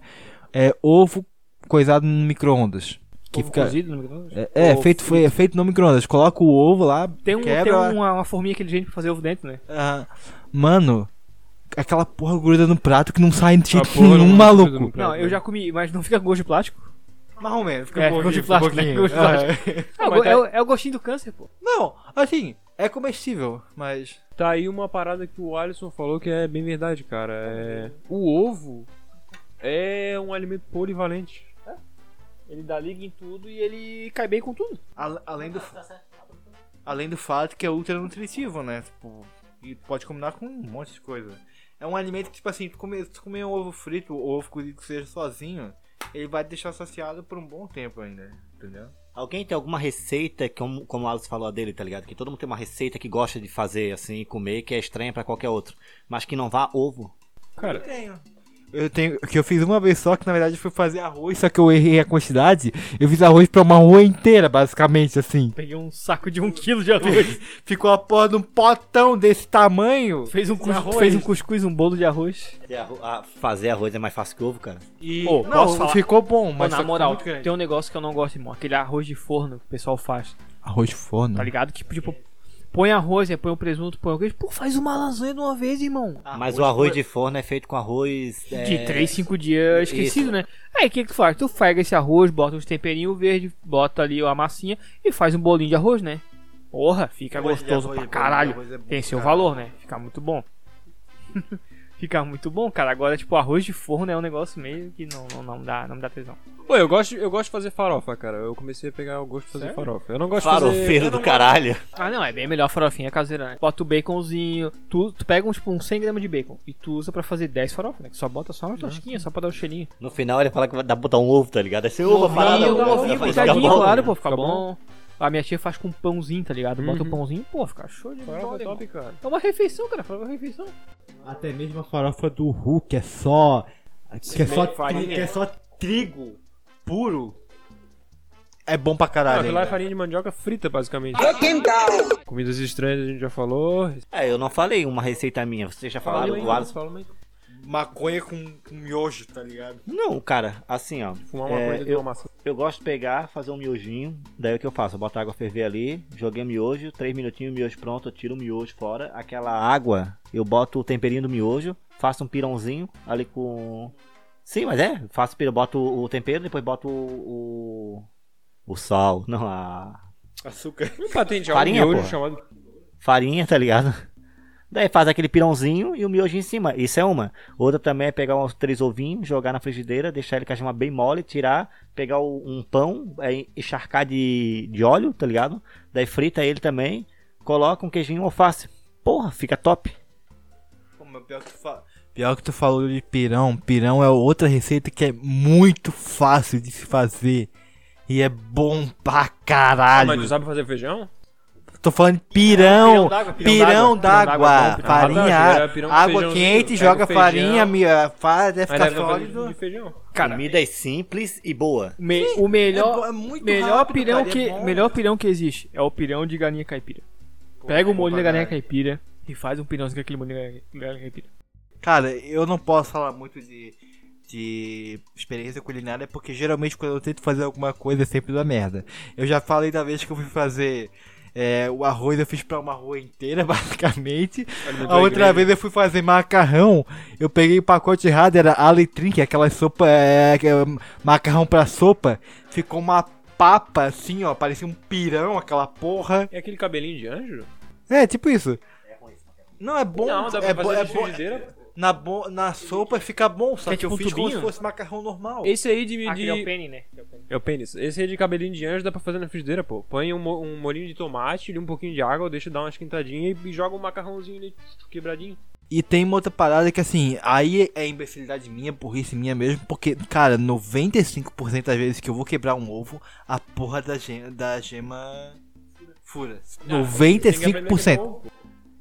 Speaker 5: É ovo coisado no micro-ondas. Que
Speaker 3: Ovo
Speaker 2: Tá
Speaker 5: fica.
Speaker 3: cozido no micro-ondas.
Speaker 5: É, é,
Speaker 3: Ovo
Speaker 5: feito, foi, é feito no micro-ondas. Coloca o ovo lá,
Speaker 3: Tem, um, tem
Speaker 5: quebra.
Speaker 3: uma, uma forminha aquele jeito pra fazer ovo dentro, né?
Speaker 5: ah, mano, aquela porra gruda no prato que não sai de
Speaker 2: Essa
Speaker 5: jeito
Speaker 2: porra
Speaker 5: nenhum,
Speaker 2: não-
Speaker 5: maluco.
Speaker 3: Não, eu já comi, mas não fica com gosto de plástico.
Speaker 6: Mais ou menos, fica
Speaker 3: É,
Speaker 6: um
Speaker 3: ficou de
Speaker 6: pouquinho, um
Speaker 3: plástico, né? Ficou
Speaker 6: pouquinho.
Speaker 3: de plástico.
Speaker 6: Ah,
Speaker 3: É, o go- é o- é o gostinho do câncer, pô.
Speaker 5: Não, assim, é comestível, mas.
Speaker 2: Tá aí uma parada que o Alisson falou que é bem verdade, cara. É... O ovo é um alimento polivalente.
Speaker 3: Ele dá liga em tudo e ele cai bem com tudo.
Speaker 6: al- além do além do fato que é ultra nutritivo, né? Tipo, e pode combinar com um monte de coisa. É um alimento que, tipo assim, tu comer, tu comer um ovo frito ou ovo cozido que seja sozinho, ele vai te deixar saciado por um bom tempo ainda, entendeu?
Speaker 1: Alguém tem alguma receita, como, como o Alisson falou a dele, tá ligado? Que todo mundo tem uma receita que gosta de fazer, assim, comer, que é estranha pra qualquer outro. Mas que não vá ovo.
Speaker 2: Cara,
Speaker 6: Tenho.
Speaker 5: Eu tenho. Que eu fiz uma vez só, que na verdade foi fazer arroz, só que eu errei a quantidade. Eu fiz arroz pra uma rua inteira, basicamente, assim.
Speaker 3: Peguei um saco de um quilo de arroz.
Speaker 5: Ficou a porra de um potão desse tamanho.
Speaker 3: <laughs> fez, um cus-
Speaker 5: arroz.
Speaker 3: fez um cuscuz, um bolo de arroz.
Speaker 1: E arro- a- fazer arroz é mais fácil que ovo, cara.
Speaker 3: E Pô,
Speaker 5: Não,
Speaker 3: posso falar?
Speaker 5: ficou bom, mas.
Speaker 3: Mas na
Speaker 5: só que
Speaker 3: moral,
Speaker 5: ficou muito grande.
Speaker 3: tem um negócio que eu não gosto, irmão. Aquele arroz de forno que o pessoal faz,
Speaker 5: Arroz de forno.
Speaker 3: tá ligado? Que tipo, põe arroz, aí põe um presunto, põe um queijo. Pô, faz uma lasanha de uma vez, irmão.
Speaker 1: Mas o arroz de forno é feito com arroz. é,
Speaker 3: De 3, 5 dias esquecido,
Speaker 1: Isso.
Speaker 3: né? Aí o que, que tu faz? Tu frega esse arroz, bota uns temperinhos verdes, bota ali a massinha e faz um bolinho de arroz, né? Porra, fica
Speaker 6: Arroz de
Speaker 3: é gostoso
Speaker 6: arroz,
Speaker 3: pra
Speaker 6: bolinho de
Speaker 3: caralho.
Speaker 6: arroz é bom
Speaker 3: Tem seu
Speaker 6: pra
Speaker 3: valor, né? Fica muito bom. <laughs> fica muito bom, cara. Agora, tipo, arroz de forno é um negócio meio que não, não, não dá, não me dá tesão.
Speaker 2: pô, eu gosto, eu gosto de fazer farofa, cara. Eu comecei a pegar o gosto de fazer
Speaker 3: Sério?
Speaker 2: farofa. Eu não gosto de fazer...
Speaker 1: Farofeiro do caralho.
Speaker 3: Ah, não, é bem melhor a farofinha caseira, né? Bota o baconzinho, tu, tu pega um, tipo, uns 100 gramas de bacon e tu usa pra fazer 10 farofas, né? Que só bota só uma tosquinha, só pra dar o cheirinho.
Speaker 1: No final ele fala que vai dar botar um ovo, tá ligado? É ser ovo, a parada.
Speaker 3: Ovinho, um
Speaker 1: ovo,
Speaker 3: ovinho,
Speaker 1: vai ficar
Speaker 3: coitadinho,
Speaker 1: bom.
Speaker 3: claro, pô, fica
Speaker 2: Fica
Speaker 3: bom. A minha tia faz com pãozinho, tá ligado? Bota o
Speaker 2: Uhum.
Speaker 3: pãozinho, pô, fica show de
Speaker 2: Farofa
Speaker 3: bola,
Speaker 2: é top,
Speaker 3: irmão.
Speaker 2: cara.
Speaker 3: É uma refeição, cara, é uma refeição.
Speaker 5: Até mesmo a farofa do Hulk é só. Que é só,
Speaker 6: farinha.
Speaker 5: que é só trigo puro. É bom pra
Speaker 2: Ah,
Speaker 5: caralho.
Speaker 2: aquilo lá é
Speaker 5: ainda.
Speaker 2: farinha de mandioca frita, basicamente. Comidas estranhas a gente já falou.
Speaker 1: É, eu não falei uma receita minha. Vocês já falaram do Alisson?
Speaker 6: Maconha com, com miojo, tá ligado?
Speaker 1: Não, cara, assim, ó.
Speaker 2: Fumar uma
Speaker 1: É,
Speaker 2: coisa de
Speaker 1: eu-
Speaker 2: uma maçã.
Speaker 1: Eu gosto de pegar, fazer um miojinho. Daí o que eu faço? Eu boto a água ferver ali, joguei o miojo, três minutinhos, o miojo pronto, eu tiro o miojo fora. Aquela água, eu boto o temperinho do miojo, faço um pirãozinho ali com. Sim, mas é, faço pirão, boto o tempero, depois boto o. o, o sal, não, a
Speaker 5: <laughs>
Speaker 6: Açúcar.
Speaker 2: Não patente, é um
Speaker 1: Farinha,
Speaker 2: miojo
Speaker 1: porra.
Speaker 2: chamado...
Speaker 1: farinha, tá ligado? <laughs> Daí faz aquele pirãozinho e o miojo em cima. Isso é uma. Outra também é pegar uns três ovinhos, jogar na frigideira, deixar ele cachimbar bem mole, tirar, pegar o- um pão, é, encharcar de, de óleo, tá ligado? Daí frita ele também, coloca um queijinho e um alface. Porra, fica top.
Speaker 6: Pô, mas pior que tu fala.
Speaker 5: Pior que tu falou de pirão. Pirão é outra receita que é muito fácil de se fazer. E é bom pra caralho.
Speaker 2: Mas tu sabe fazer feijão?
Speaker 5: Tô falando de pirão.
Speaker 3: É, Pirão d'água, pirão
Speaker 5: Pirão
Speaker 3: d'água, pirão d'água,
Speaker 5: d'água.
Speaker 3: bom, pirão
Speaker 5: Farinha.
Speaker 2: é d'água, era pirão com
Speaker 5: Água
Speaker 2: feijãozinho,
Speaker 5: quente,
Speaker 2: pega o
Speaker 5: joga
Speaker 2: feijão.
Speaker 5: farinha, mia- faz, deve
Speaker 2: Mas é,
Speaker 5: ficar
Speaker 2: deve fazer
Speaker 5: Tá sólido.
Speaker 2: de feijão.
Speaker 3: Cara,
Speaker 1: Comida é simples e boa.
Speaker 3: me- o melhor,
Speaker 5: é muito
Speaker 3: melhor
Speaker 5: rápido,
Speaker 3: pirão
Speaker 5: cara, é
Speaker 3: que,
Speaker 5: bom.
Speaker 3: melhor pirão que existe é o pirão de galinha caipira.
Speaker 2: é
Speaker 3: Pega o molho da galinha caipira e faz um pirãozinho com aquele molho da galinha- galinha caipira.
Speaker 5: Cara, eu não posso falar muito de, de experiência culinária, porque geralmente quando eu tento fazer alguma coisa é sempre da merda. Eu já falei da vez que eu fui fazer é, o arroz, eu fiz pra uma rua inteira, <laughs> basicamente.
Speaker 2: Alimento
Speaker 5: A
Speaker 2: da
Speaker 5: outra
Speaker 2: igreja.
Speaker 5: vez eu fui fazer macarrão, eu peguei o pacote errado, era aletrim, que é aquela sopa, é, que é macarrão pra sopa. Ficou uma papa assim, ó, parecia um pirão, aquela porra.
Speaker 2: É aquele cabelinho de anjo?
Speaker 5: É, tipo isso. Não, é bom.
Speaker 2: Não, dá pra
Speaker 5: é bo-
Speaker 2: fazer
Speaker 5: é
Speaker 2: de
Speaker 5: bo-
Speaker 2: frigideira.
Speaker 5: na, bo- na sopa fica bom, só
Speaker 3: É
Speaker 5: que eu
Speaker 3: tipo um
Speaker 5: fiz como se
Speaker 3: tubinho?
Speaker 5: fosse macarrão normal.
Speaker 2: Esse aí de,
Speaker 3: Aquele é o
Speaker 2: de...
Speaker 3: pene, né?
Speaker 2: É o pênis. Esse aí de cabelinho de anjo dá pra fazer na frigideira, pô. Põe um, mo- um molhinho de tomate, ali um pouquinho de água, deixa dar uma esquentadinha e joga um macarrãozinho ali quebradinho.
Speaker 5: E tem uma outra parada que assim, aí é imbecilidade minha, burrice minha mesmo, porque, cara, 95% das vezes que eu vou quebrar um ovo, a porra da gema, da gema fura.
Speaker 2: Ah,
Speaker 5: 95%.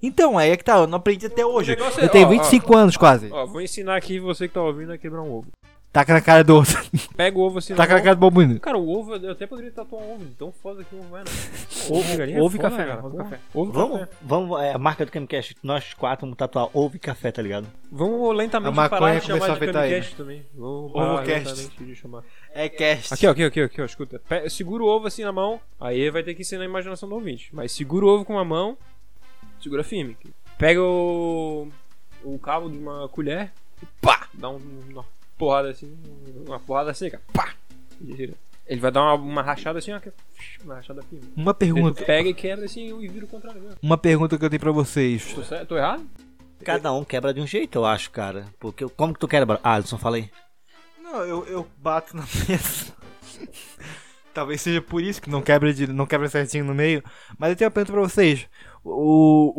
Speaker 5: Então, aí é que tá, eu não aprendi até hoje.
Speaker 2: negócio é-
Speaker 5: Eu tenho
Speaker 2: ó,
Speaker 5: 25 anos quase.
Speaker 2: Ó, vou ensinar aqui você que tá ouvindo a quebrar um ovo.
Speaker 5: Taca na cara do outro. <laughs>
Speaker 2: Pega o ovo assim
Speaker 5: Taca
Speaker 2: na
Speaker 5: na cara do bombino.
Speaker 2: Cara, o ovo, eu até poderia tatuar um ovo, de tão foda que o <laughs> ovo é, né?
Speaker 3: Ovo-
Speaker 2: de galinha é
Speaker 3: ovo e
Speaker 2: foda,
Speaker 3: café,
Speaker 2: cara.
Speaker 3: ovo e
Speaker 2: Porra.
Speaker 3: café.
Speaker 2: Ovo e
Speaker 1: Vamos,
Speaker 2: café.
Speaker 1: vamos, é, a marca do Camcast, nós quatro vamos tatuar ovo e café, tá ligado?
Speaker 2: Vamos lentamente
Speaker 5: A maconha
Speaker 2: parar de
Speaker 5: começou
Speaker 2: chamar
Speaker 5: a
Speaker 2: de
Speaker 5: afetar ele.
Speaker 2: Camicast também. Vamos parar
Speaker 5: Ovocast.
Speaker 2: lentamente de chamar.
Speaker 5: É cast.
Speaker 2: Aqui, ó, aqui, ó, aqui, ó, aqui, ó, escuta. Pe- Segura o ovo assim na mão, aí vai ter que ser na imaginação do ouvinte. Mas segura o ovo com uma mão, segura firme. Pega o, o cabo de uma colher, e pá! Dá um- uma porrada assim, uma porrada seca, pá! E gira. Ele vai dar uma, uma rachada assim, ó, que- uma rachada firme.
Speaker 5: Uma
Speaker 2: Ele
Speaker 5: pergunta.
Speaker 2: pega e quebra assim e vira o contrário. né?
Speaker 5: Uma pergunta que eu tenho pra vocês.
Speaker 2: Tô, certo? Tô errado?
Speaker 1: Cada um quebra de um jeito, eu acho, cara. Porque eu- como que tu quebra? Ah, Alisson, fala aí.
Speaker 5: Não, eu, eu bato na <laughs> mesa. Talvez seja por isso que não quebra, de, não quebra certinho no meio. Mas eu tenho uma pergunta pra vocês. O,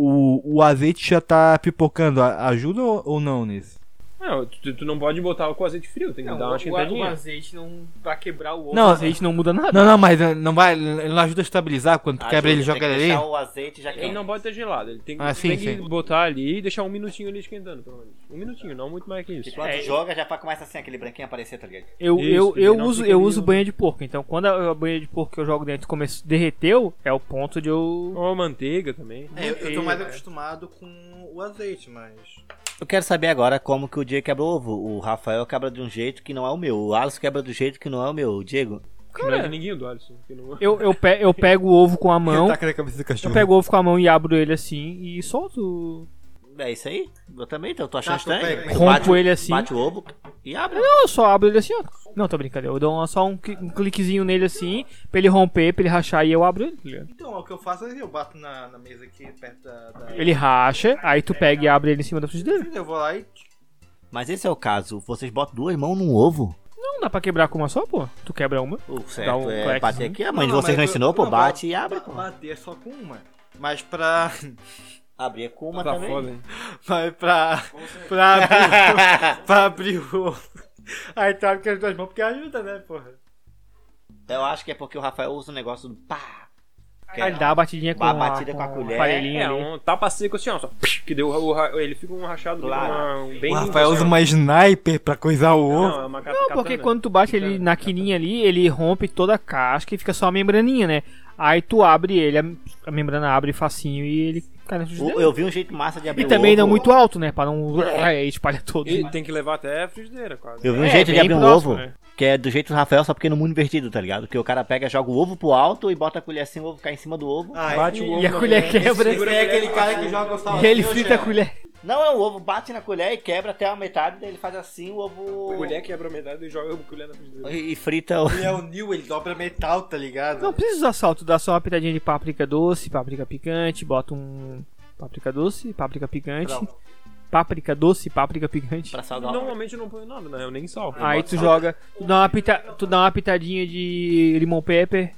Speaker 5: o, o azeite já tá pipocando. A- Ajuda ou, ou não nisso?
Speaker 2: Não, tu, tu não pode botar com azeite frio, tem que dar uma esquentadinha.
Speaker 3: azeite não. Pra quebrar o ovo.
Speaker 5: Não,
Speaker 3: o azeite não muda nada.
Speaker 5: Não, não, mas eh, não vai. Ele não ajuda a estabilizar quando tu quebra ele
Speaker 1: Ajuda,
Speaker 5: joga
Speaker 1: tem que
Speaker 5: ele
Speaker 1: deixar
Speaker 5: ali.
Speaker 1: o azeite já
Speaker 2: Ele
Speaker 1: quente.
Speaker 2: não pode ter gelado, ele tem, que-
Speaker 5: Ah,
Speaker 2: tu
Speaker 5: sim,
Speaker 2: tem que
Speaker 5: sim.
Speaker 2: botar ali e deixar um minutinho ali esquentando, pelo menos. Um minutinho, não muito mais que isso.
Speaker 1: Porque Quando
Speaker 3: É,
Speaker 1: tu joga, já pra- começa assim, aquele branquinho aparecer, tá ligado?
Speaker 3: Eu,
Speaker 2: Isso,
Speaker 3: eu,
Speaker 2: porque
Speaker 3: eu
Speaker 2: não
Speaker 3: uso,
Speaker 2: fica
Speaker 3: eu
Speaker 2: ali
Speaker 3: uso
Speaker 2: no-
Speaker 3: banha de porco. Então, quando a, a banha de porco que eu jogo dentro começou, derreteu, é o ponto de eu.
Speaker 2: Ou manteiga também.
Speaker 6: É, eu, eu tô mais acostumado com o azeite, mas.
Speaker 1: Eu quero saber agora como que o Diego quebra o ovo. O Rafael quebra de um jeito que não é o meu. O Alisson quebra do jeito que não é o meu. Diego,
Speaker 2: Que não é de ninguém do Alisson. que não-
Speaker 3: Eu, eu, pe- eu pego o ovo com a
Speaker 1: um
Speaker 3: mão.
Speaker 5: Taca na tá cabeça do
Speaker 3: Eu
Speaker 5: cachorro.
Speaker 3: pego o ovo com a mão e abro ele assim e solto.
Speaker 1: é isso aí? Eu também, eu tô achando
Speaker 6: Tá, tu
Speaker 1: estranho.
Speaker 6: pega.
Speaker 1: Tu bate-
Speaker 3: Rompo ele assim.
Speaker 1: Bate o ovo e abre.
Speaker 3: Não, eu só abro ele assim, ó. Não, tô brincando. Eu dou uma- só um, cli- um cliquezinho nele assim, pra ele romper, pra ele rachar e eu abro ele. tá ligado?
Speaker 6: Então, o que eu faço é eu bato na, na mesa aqui perto da. da-
Speaker 3: Ele racha, aí tu pega e abre ele em cima da frigideira.
Speaker 6: Eu vou lá e.
Speaker 1: Mas esse é o caso. Vocês botam duas mãos num ovo.
Speaker 3: Não dá pra quebrar com uma só, pô. Tu quebra uma.
Speaker 1: O
Speaker 3: Dá
Speaker 1: certo
Speaker 3: um
Speaker 1: é
Speaker 3: crackzinho.
Speaker 1: bater aqui. A mãe de
Speaker 6: Não,
Speaker 1: vocês
Speaker 6: mas
Speaker 1: não
Speaker 6: eu-
Speaker 1: ensinou, pô.
Speaker 6: não, Tá
Speaker 1: Bate
Speaker 6: ba-
Speaker 1: e abre,
Speaker 6: ba-
Speaker 1: pô.
Speaker 6: Bater só com uma. Mas pra.
Speaker 1: Abrir é com uma
Speaker 2: tá
Speaker 1: também.
Speaker 2: foda, hein?
Speaker 6: Mas pra. Pra
Speaker 1: <laughs>
Speaker 6: abrir, pra abrir o. Aí tá com as duas mãos, porque ajuda, né, porra?
Speaker 1: Eu acho que é porque o Rafael usa o negócio do pá. Que é
Speaker 3: Aí ele dá a batidinha com
Speaker 1: Dá a batida com a colher.
Speaker 3: aparelhinho
Speaker 2: É,
Speaker 3: ali.
Speaker 2: um tapa seco assim, ó. Só, que deu, o ra- ele fica um rachado
Speaker 1: Claro.
Speaker 2: uma- um bem
Speaker 5: O
Speaker 2: limpo,
Speaker 5: Rafael
Speaker 2: assim,
Speaker 5: usa
Speaker 2: ó.
Speaker 5: uma sniper pra coisar o ovo.
Speaker 2: Não, é uma
Speaker 3: Não, porque quando tu bate ele na quininha ali, ele rompe toda a casca e fica só a membraninha, né? Aí tu abre ele, a, a membrana abre facinho e ele cai na
Speaker 1: O-
Speaker 3: frigideira.
Speaker 1: Eu vi um jeito massa de abrir
Speaker 3: E
Speaker 1: o
Speaker 3: também
Speaker 1: ovo.
Speaker 3: não muito alto, né? Pra não <laughs> é, espalha todo.
Speaker 2: E tem que levar até a frigideira, quase.
Speaker 1: Eu vi um
Speaker 3: É,
Speaker 1: jeito de
Speaker 3: bem
Speaker 1: abrir um
Speaker 3: próximo,
Speaker 1: ovo.
Speaker 3: né?
Speaker 1: Que é do jeito do Rafael, só porque no mundo invertido, tá ligado? Que o cara pega, joga o ovo pro alto e bota a colher assim, o ovo cai em cima do ovo.
Speaker 5: é
Speaker 6: Ah,
Speaker 5: um
Speaker 2: Bate o ovo
Speaker 3: E a
Speaker 2: na
Speaker 3: colher
Speaker 2: mão,
Speaker 3: quebra.
Speaker 2: segura a
Speaker 6: é
Speaker 2: colher
Speaker 6: aquele
Speaker 2: na
Speaker 6: cara
Speaker 2: mão.
Speaker 6: que joga o
Speaker 3: E
Speaker 5: assim,
Speaker 6: salzinho.
Speaker 3: ele frita a colher.
Speaker 1: Não, é o ovo bate na colher e quebra até a metade, daí ele faz assim, o ovo.
Speaker 2: A colher quebra a metade e joga a colher na frigideira.
Speaker 1: E, e frita o.
Speaker 6: Ele
Speaker 5: um
Speaker 6: é o Neil, ele dobra metal, tá ligado?
Speaker 3: Não precisa usar sal, tu dá só uma pitadinha de páprica doce, páprica picante, bota um páprica doce, páprica picante, páprica doce, páprica
Speaker 1: <laughs>
Speaker 3: picante.
Speaker 1: Pra salgar o.
Speaker 2: Normalmente eu não põe nada, né? Eu nem sal.
Speaker 3: Aí tu joga, tu dá, uma pita, tu dá uma pitadinha de limão pepper,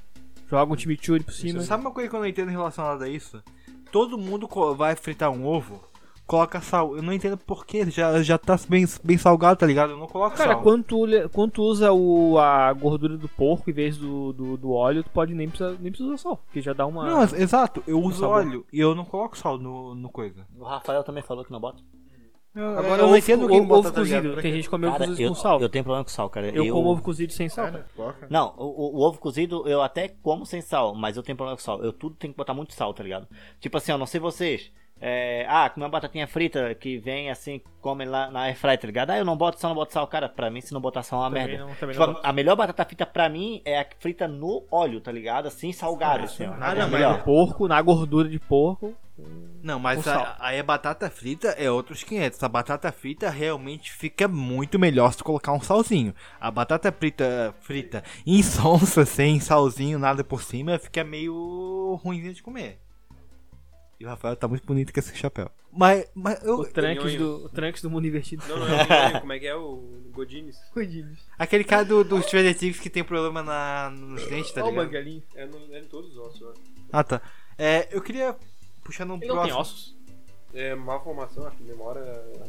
Speaker 3: joga um chimichurri por cima.
Speaker 5: Sabe uma coisa que eu não entendo relacionada a isso? Todo mundo co- vai fritar um ovo, coloca sal. Eu não entendo porquê, já, já tá bem, bem salgado, tá ligado? Eu não coloco
Speaker 3: Cara,
Speaker 5: sal.
Speaker 3: quando tu, le- quando tu usa o, a gordura do porco em vez do, do, do óleo, tu pode nem precisar, nem precisar usar sal, porque já dá uma...
Speaker 5: Não, ex- exato, eu uso
Speaker 3: sabor.
Speaker 5: óleo e eu não coloco sal no, no coisa.
Speaker 1: O Rafael também falou que não bota.
Speaker 5: Eu-
Speaker 6: Agora
Speaker 5: eu
Speaker 6: ovo-
Speaker 5: não entendo quem
Speaker 3: ovo,
Speaker 5: bota
Speaker 3: ovo
Speaker 5: tá ligado?
Speaker 3: cozido,
Speaker 5: Pra
Speaker 3: tem
Speaker 5: quê?
Speaker 3: gente que come ovo
Speaker 1: Cara,
Speaker 3: cozido
Speaker 1: eu,
Speaker 3: com sal.
Speaker 1: eu tenho problema com sal, cara.
Speaker 3: Eu, como ovo cozido sem sal. cara.
Speaker 1: Não, o, o- o ovo cozido eu até como sem sal, mas eu tenho problema com sal. Eu tudo tenho que botar muito sal, tá ligado? Tipo assim, eu não sei vocês. é, ah, comer uma batatinha frita que vem assim, come lá na airfry, tá ligado? Ah, eu não boto sal, não boto sal. Cara, pra mim, se não botar sal é uma
Speaker 3: Também
Speaker 1: merda.
Speaker 3: não- também
Speaker 1: Tipo,
Speaker 3: não
Speaker 1: a, a melhor batata frita pra mim é a frita no óleo, tá ligado? Assim, salgada. Assim, ó.
Speaker 6: Ah,
Speaker 1: É
Speaker 6: não, mas-
Speaker 1: melhor.
Speaker 3: Porco, na gordura de porco.
Speaker 5: Não,
Speaker 3: Com
Speaker 5: mas
Speaker 3: sal.
Speaker 5: a- aí a batata frita é outros 500. A batata frita realmente fica muito melhor se tu colocar um salzinho. A batata frita, frita em sonsa, sem salzinho, nada por cima, fica meio ruimzinha de comer. E o Rafael tá muito bonito com esse chapéu. Mas, mas eu,
Speaker 3: O tranques
Speaker 2: nhonho.
Speaker 3: do, o tranques do mundo invertido.
Speaker 2: Não, não, é o como é que é o Godines?
Speaker 5: aquele cara do, do Stranger Things que tem problema na, nos dentes, tá ligado?
Speaker 2: mangalinho. É, no, é em todos os ossos, eu acho.
Speaker 5: Ah, tá. É, eu queria puxar num
Speaker 3: Ele não tem
Speaker 5: próximo.
Speaker 3: ossos.
Speaker 2: É má formação, acho que demora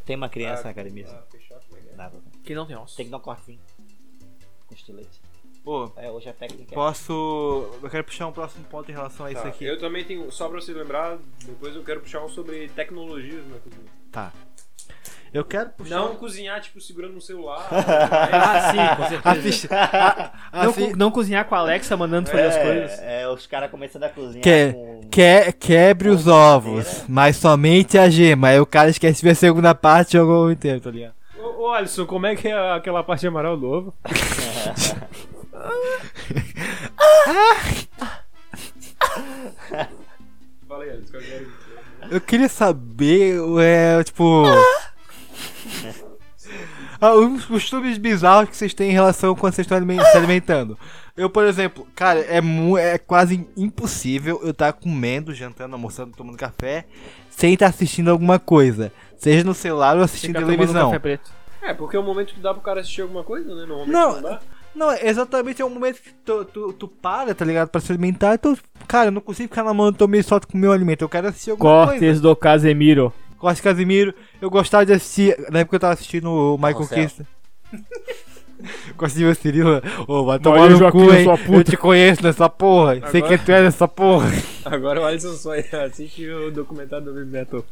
Speaker 1: Tem uma criança
Speaker 2: Ah,
Speaker 1: na academia. assim.
Speaker 2: a fechar, como é que é?
Speaker 1: Dá pra-
Speaker 3: Que não tem ossos.
Speaker 1: Tem que dar um cortezinho. Com estilete.
Speaker 5: Pô,
Speaker 1: É, hoje a técnica é.
Speaker 5: posso. Eu quero puxar um próximo ponto em relação a isso
Speaker 2: Tá,
Speaker 5: aqui.
Speaker 2: Eu também tenho, só pra você lembrar, depois eu quero puxar um sobre tecnologias na cozinha.
Speaker 5: Tá. Eu quero puxar.
Speaker 2: Não cozinhar, tipo, segurando um
Speaker 5: <laughs>
Speaker 2: celular.
Speaker 3: Ah, sim, com certeza.
Speaker 5: Assistir. a- a-
Speaker 3: Não,
Speaker 5: assi-
Speaker 3: co- não cozinhar com a Alexa mandando fazer as coisas.
Speaker 1: É, os caras começando a cozinhar
Speaker 5: Que-
Speaker 1: com...
Speaker 5: Que- quebre os ovos,
Speaker 1: Inteira.
Speaker 5: mas somente a gema. Aí o cara esquece de ver a segunda parte e jogou o ovo inteiro, tá ligado?
Speaker 2: ô, ô, Alisson, como é que é aquela parte de amaral do ovo? <laughs> Fala aí, Alisson, que é eu quero...
Speaker 5: Eu queria saber, é, tipo. ah, os costumes bizarros que vocês têm em relação quando vocês estão alimen- se alimentando. Eu, por exemplo, cara, é, mu- é quase impossível eu estar comendo, jantando, almoçando, tomando café, sem estar assistindo alguma coisa. Seja no celular ou assistindo
Speaker 3: Ficar tomando um
Speaker 5: televisão.
Speaker 3: café preto.
Speaker 2: É, porque é o momento que dá pro cara assistir alguma coisa, né? Normalmente
Speaker 5: Não,
Speaker 2: não dá.
Speaker 5: Não, exatamente é o momento que tu, tu, tu para, tá ligado? Pra se alimentar. Então, cara, eu não consigo ficar na mão do meio solto com o meu alimento. Eu quero assistir alguma coisa.
Speaker 3: Cortes do Casemiro.
Speaker 5: Corte Casimiro. Eu gostava de assistir. Na época eu tava assistindo o
Speaker 3: Tá
Speaker 5: Michael
Speaker 1: Marcelo.
Speaker 5: Kister. <laughs> Gosto de ver o Cirilo. Ô, vai tomar
Speaker 3: Maria
Speaker 5: no
Speaker 3: Joaquina,
Speaker 5: cu, hein?
Speaker 3: sua puta.
Speaker 5: Eu te conheço nessa porra. Sei
Speaker 2: Agora-
Speaker 5: quem tu é nessa porra.
Speaker 2: Agora o Alisson só <laughs> assiste o documentário do Bebeto.